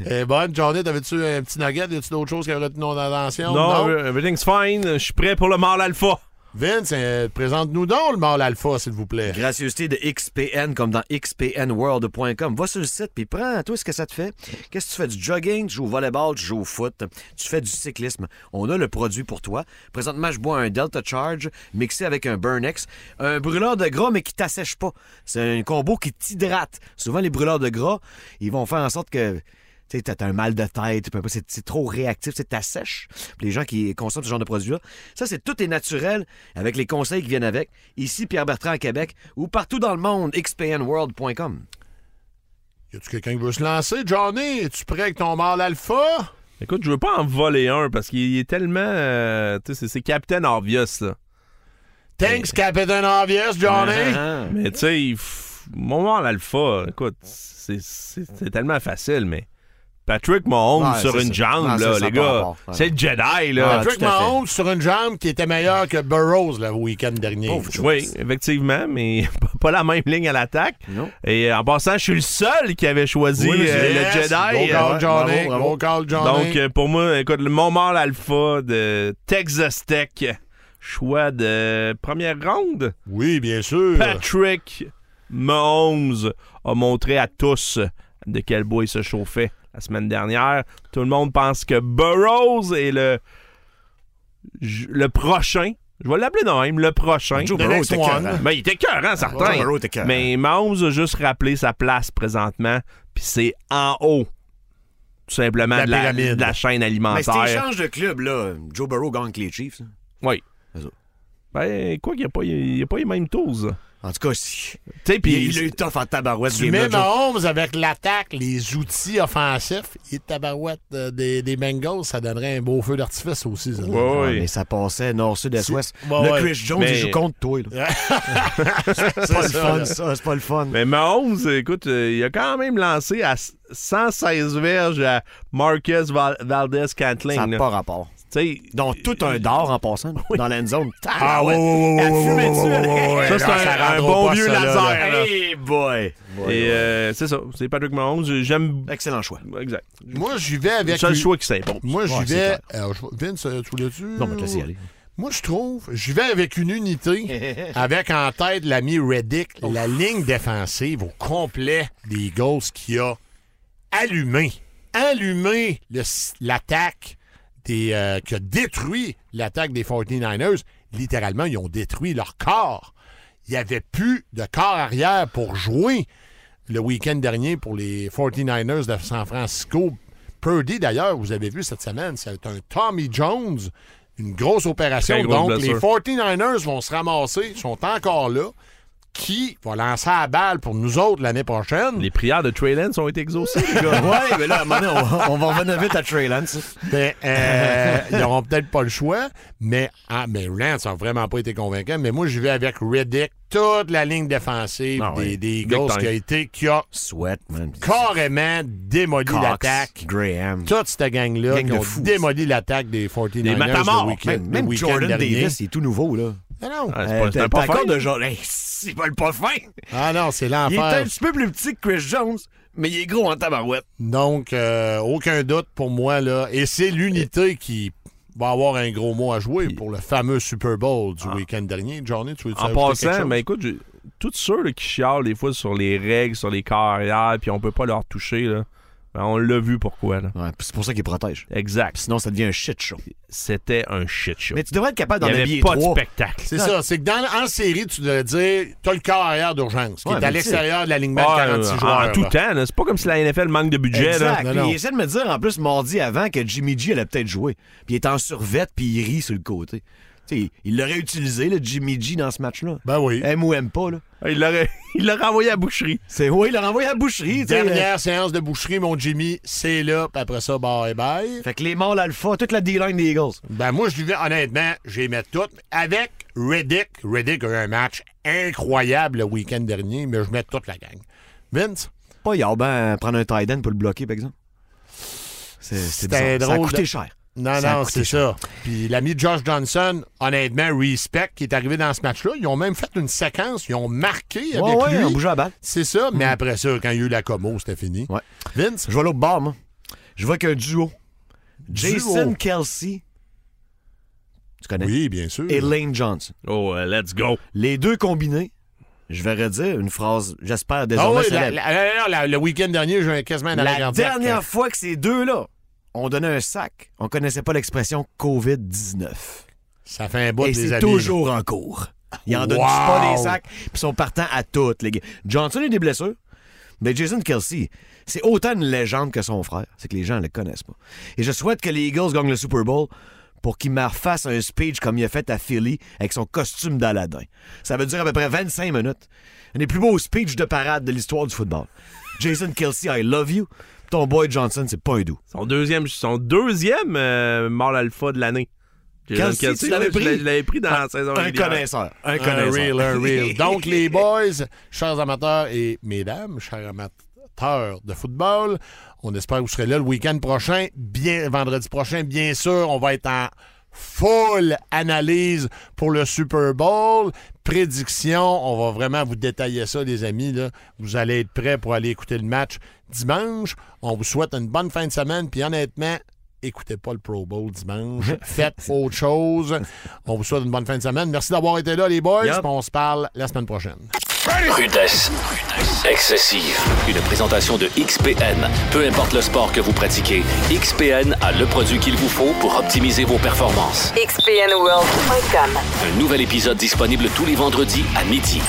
Eh bonne journée, t'avais-tu un petit nugget? Y a-tu d'autres choses qui avaient retenu ton attention? Non, euh, everything's fine, je suis prêt pour le mâle alpha. Vince, euh, présente-nous donc le mâle alpha, s'il vous plaît. Gracieuseté de XPN, comme dans xpnworld.com. Va sur le site, puis prends, toi, ce que ça te fait. Qu'est-ce que tu fais? Du jogging, tu joues au volleyball, tu joues au foot, tu fais du cyclisme. On a le produit pour toi. Présentement, je bois un Delta Charge mixé avec un Burnex. Un brûleur de gras, mais qui t'assèche pas. C'est un combo qui t'hydrate. Souvent, les brûleurs de gras, ils vont faire en sorte que... Tu sais, t'as un mal de tête, peu importe, c'est c'est trop réactif, c'est ta sèche. Puis les gens qui consomment ce genre de produit-là, ça, c'est tout est naturel avec les conseils qui viennent avec. Ici, Pierre Bertrand à Québec ou partout dans le monde, xpnworld.com. Y a-tu quelqu'un qui veut se lancer? Johnny, es-tu prêt avec ton mâle alpha? Écoute, je veux pas en voler un parce qu'il est tellement. euh, tu sais, c'est- c'est Captain Obvious, là. Thanks, Captain Obvious, Johnny! Eh. Ah, Mais tu sais, il f- mon mâle alpha, écoute, c'est c'est- c'est tellement facile, mais. Patrick Mahomes Ouais, sur c'est une ça. jambe, Non, ça, là, ça les a pas gars. rapport. Ouais. C'est le Jedi, Patrick là. ah, tout à fait. Mahomes sur une jambe qui était meilleure que Burroughs le week-end dernier. Oui, effectivement, mais [laughs] pas- pas la même ligne à l'attaque. Non. Et en passant, je suis le seul qui avait choisi Oui, monsieur. euh, Yes, le Jedi. Go Euh, call, Johnny! bravo, bravo. Go call, Johnny! Donc, euh, pour moi, écoute, le Montmort Alpha de Texas Tech, choix de première ronde. oui, bien sûr. Patrick Mahomes a montré à tous de quel bois il se chauffait la semaine dernière. Tout le monde pense que Burroughs est le, j- le prochain. Je vais l'appeler de même, le prochain. ah. Joe The Burrow next était one. écœurant. Mais il était cœur, hein, certain. Joe Burrow était écœurant. Mais Mahomes a juste rappelé sa place présentement, puis c'est en haut, tout simplement, La de, la, pyramide. de la chaîne Mais c'est alimentaire. échange de club, là. Joe Burrow gagne avec les Chiefs. Oui. Vas-y. Ben, quoi qu'il n'y a, pas- il y a pas les mêmes tours. En tout cas, si. Tu sais, Puis puis il a eu tough en tabarouette. Tu game-là, mets Joe. Mahomes avec l'attaque, les outils offensifs et tabarouette euh, des, des Bengals, ça donnerait un beau feu d'artifice aussi. ça. Ouais, Ouais, ouais. Ah, Mais ça passait nord, sud, est, ouest. Ouais, le ouais. Chris Jones, Mais- il joue contre toi. [laughs] là. C'est pas le fun, ça. C'est pas le fun. Mais Mahomes, écoute, euh, il a quand même lancé à 116 verges à Marcus Valdez ça Cantling. n'a pas rapport. Donc, tout un dard en passant dans la zone. Ah, ouais, ouais, ouais, Elle ouais, ouais, fumait dessus, ouais, ouais, ouais. Ça, c'est Non, un- un rendra bon pas vieux ça, là, laser. là. Hey boy! Et euh, c'est ça, c'est Patrick Mahomes. J'aime. Excellent choix. Exact. Moi, j'y vais C'est le avec. seul une- choix qui s'impose. Moi, j'y Ouais, c'est vais. Alors, je- Vince, euh, tu voulais-tu? Non, mais te laisser aller. Moi, je trouve, j'y vais avec une unité, [laughs] avec en tête l'ami Reddick, la ligne défensive au complet des Eagles qui a allumé, allumé le s- l'attaque des, euh, qui a détruit l'attaque des 49ers. Littéralement, ils ont détruit leur corps. Il n'y avait plus de corps arrière pour jouer le week-end dernier pour les 49ers de San Francisco. Purdy, d'ailleurs, vous avez vu cette semaine, c'est un Tommy Jones, une grosse opération. Très grosse Donc, blessure. les 49ers vont se ramasser, sont encore là. Qui va lancer la balle pour nous autres l'année prochaine? Les prières de Trey Lance ont été exaucées, les gars. [laughs] ouais, mais là, à un moment donné, on, va- on va revenir vite à Trey Lance. Ben, euh, ils n'auront peut-être pas le choix, mais, ah, mais Lance n'a vraiment pas été convaincant. Mais moi, je vais avec Reddick, toute la ligne défensive Ah des, oui. des Eagles time. qui a été, qui a Sweat, man. carrément démoli Cox, l'attaque. Graham. Toute cette gang-là Gang qui de ont fous. démoli l'attaque des 49ers Des matamores. le week-end Même, même le week-end Jordan dernier. Davis, il est tout nouveau, là. Euh, Ah non, Ah, c'est pas- c'est un t'as- pas t'as fin. encore de genre, hey, c'est pas le pas fin. ah non c'est Il est un l'enfer. petit peu plus petit que Chris Jones, mais il est gros en tabarouette. Donc, euh, aucun doute pour moi, là. Et c'est l'unité qui va avoir un gros mot à jouer pour le fameux Super Bowl Ah. du week-end dernier. Johnny, tu veux En passant, mais écoute, je- tous ceux là, qui chialent des fois sur les règles, sur les carrières, puis on peut pas leur toucher, là, ben, on l'a vu pourquoi. Là. Ouais, puis c'est pour ça qu'il protège. Exact. Sinon, ça devient un shit show. C'était un shit show. Mais tu devrais être capable Il d'en n'y avait habiller pas de trois. spectacle. C'est ça, c'est que dans, en série, tu devrais dire, t'as le corps arrière d'urgence, qui Ouais, est à mais tu sais- l'extérieur de l'alignement de Ouais, 46 Ah, en joueurs. là. tout temps, là. c'est pas comme si la NFL manque de budget. là. Exact. hein? Non, Puis non. il essaie de me dire en plus mardi avant que Jimmy G allait peut-être jouer. Puis il est en survette puis il rit sur le côté. Tu sais, il l'aurait utilisé, le Jimmy G, dans ce match-là. Ben oui. Aime ou aime pas, là. Ah, Il l'aurait [laughs] il l'aurait envoyé à la boucherie. C'est ouais, il l'a renvoyé à la boucherie. tu sais, euh, Dernière séance de boucherie, mon Jimmy, c'est là, puis après ça, bye bye. euh, Fait que les morts, l'alpha, toute la D-line des Eagles. Ben moi, je lui vais, honnêtement, je vais mettre tout. Avec Reddick, Reddick a eu un match incroyable le week-end dernier, mais je mets toute la gang. Vince? Pas Yarban prendre un tight end pour le bloquer, par exemple. C'est c'est C'était bizarre. Ça a drôle coûté de- cher. Non, Ça a non, coûté c'est ça. Puis l'ami Josh Johnson, honnêtement, respect, qui est arrivé dans ce match-là. Ils ont même fait une séquence, ils ont marqué Ouais, avec ouais, on lui. bougeait la balle. C'est ça, mais après ça, quand il y a eu la commo, c'était fini. Ouais. Vince? Je vois l'autre bord, moi. Je vois qu'un duo. Jason Kelsey. Tu connais? Oui, bien sûr. Et Lane Johnson. Oh, euh, let's go. Les deux combinés, je vais redire une phrase, j'espère, Ah désormais oui, la- célèbre. la- la- la- la- le week-end dernier, j'ai quasiment un La, allergie en plaque. dernière fois que ces deux-là ont donné un sac, on connaissait pas l'expression COVID-19. Ça fait un bout, Et les c'est amis. toujours en cours. Ils en donnent Wow! pas des sacs, puis ils sont partants à toutes, les gars. Johnson a eu des blessures, mais Jason Kelsey, c'est autant une légende que son frère. C'est que les gens ne le connaissent pas. Et je souhaite que les Eagles gagnent le Super Bowl pour qu'il me refasse un speech comme il a fait à Philly avec son costume d'Aladin. Ça veut dire à peu près 25 minutes. Un des plus beaux speeches de parade de l'histoire du football. Jason Kelsey, I love you. Ton boy Johnson, c'est pas un doux. Son deuxième, son deuxième euh, mort alpha de l'année. Jason Kelsey, tu l'avais ouais, je pris? l'ai- Je l'avais pris dans la saison Un régulière. connaisseur. Un Un connaisseur. real, un [laughs] [laughs] real. Donc, les boys, chers amateurs et mesdames, chers amateurs de football, on espère que vous serez là le week-end prochain, bien, vendredi prochain. Bien sûr, on va être en full analyse pour le Super Bowl. Prédiction, on va vraiment vous détailler ça, les amis. là. Vous allez être prêts pour aller écouter le match dimanche. On vous souhaite une bonne fin de semaine. Puis honnêtement, écoutez pas le Pro Bowl dimanche. Faites autre chose. On vous souhaite une bonne fin de semaine. Merci d'avoir été là, les boys. Yep. Puis On se parle la semaine prochaine. Rudesse. Excessive. Une présentation de XPN. Peu importe le sport que vous pratiquez, XPN a le produit qu'il vous faut pour optimiser vos performances. XPNWorld.com. Un nouvel épisode disponible tous les vendredis à midi.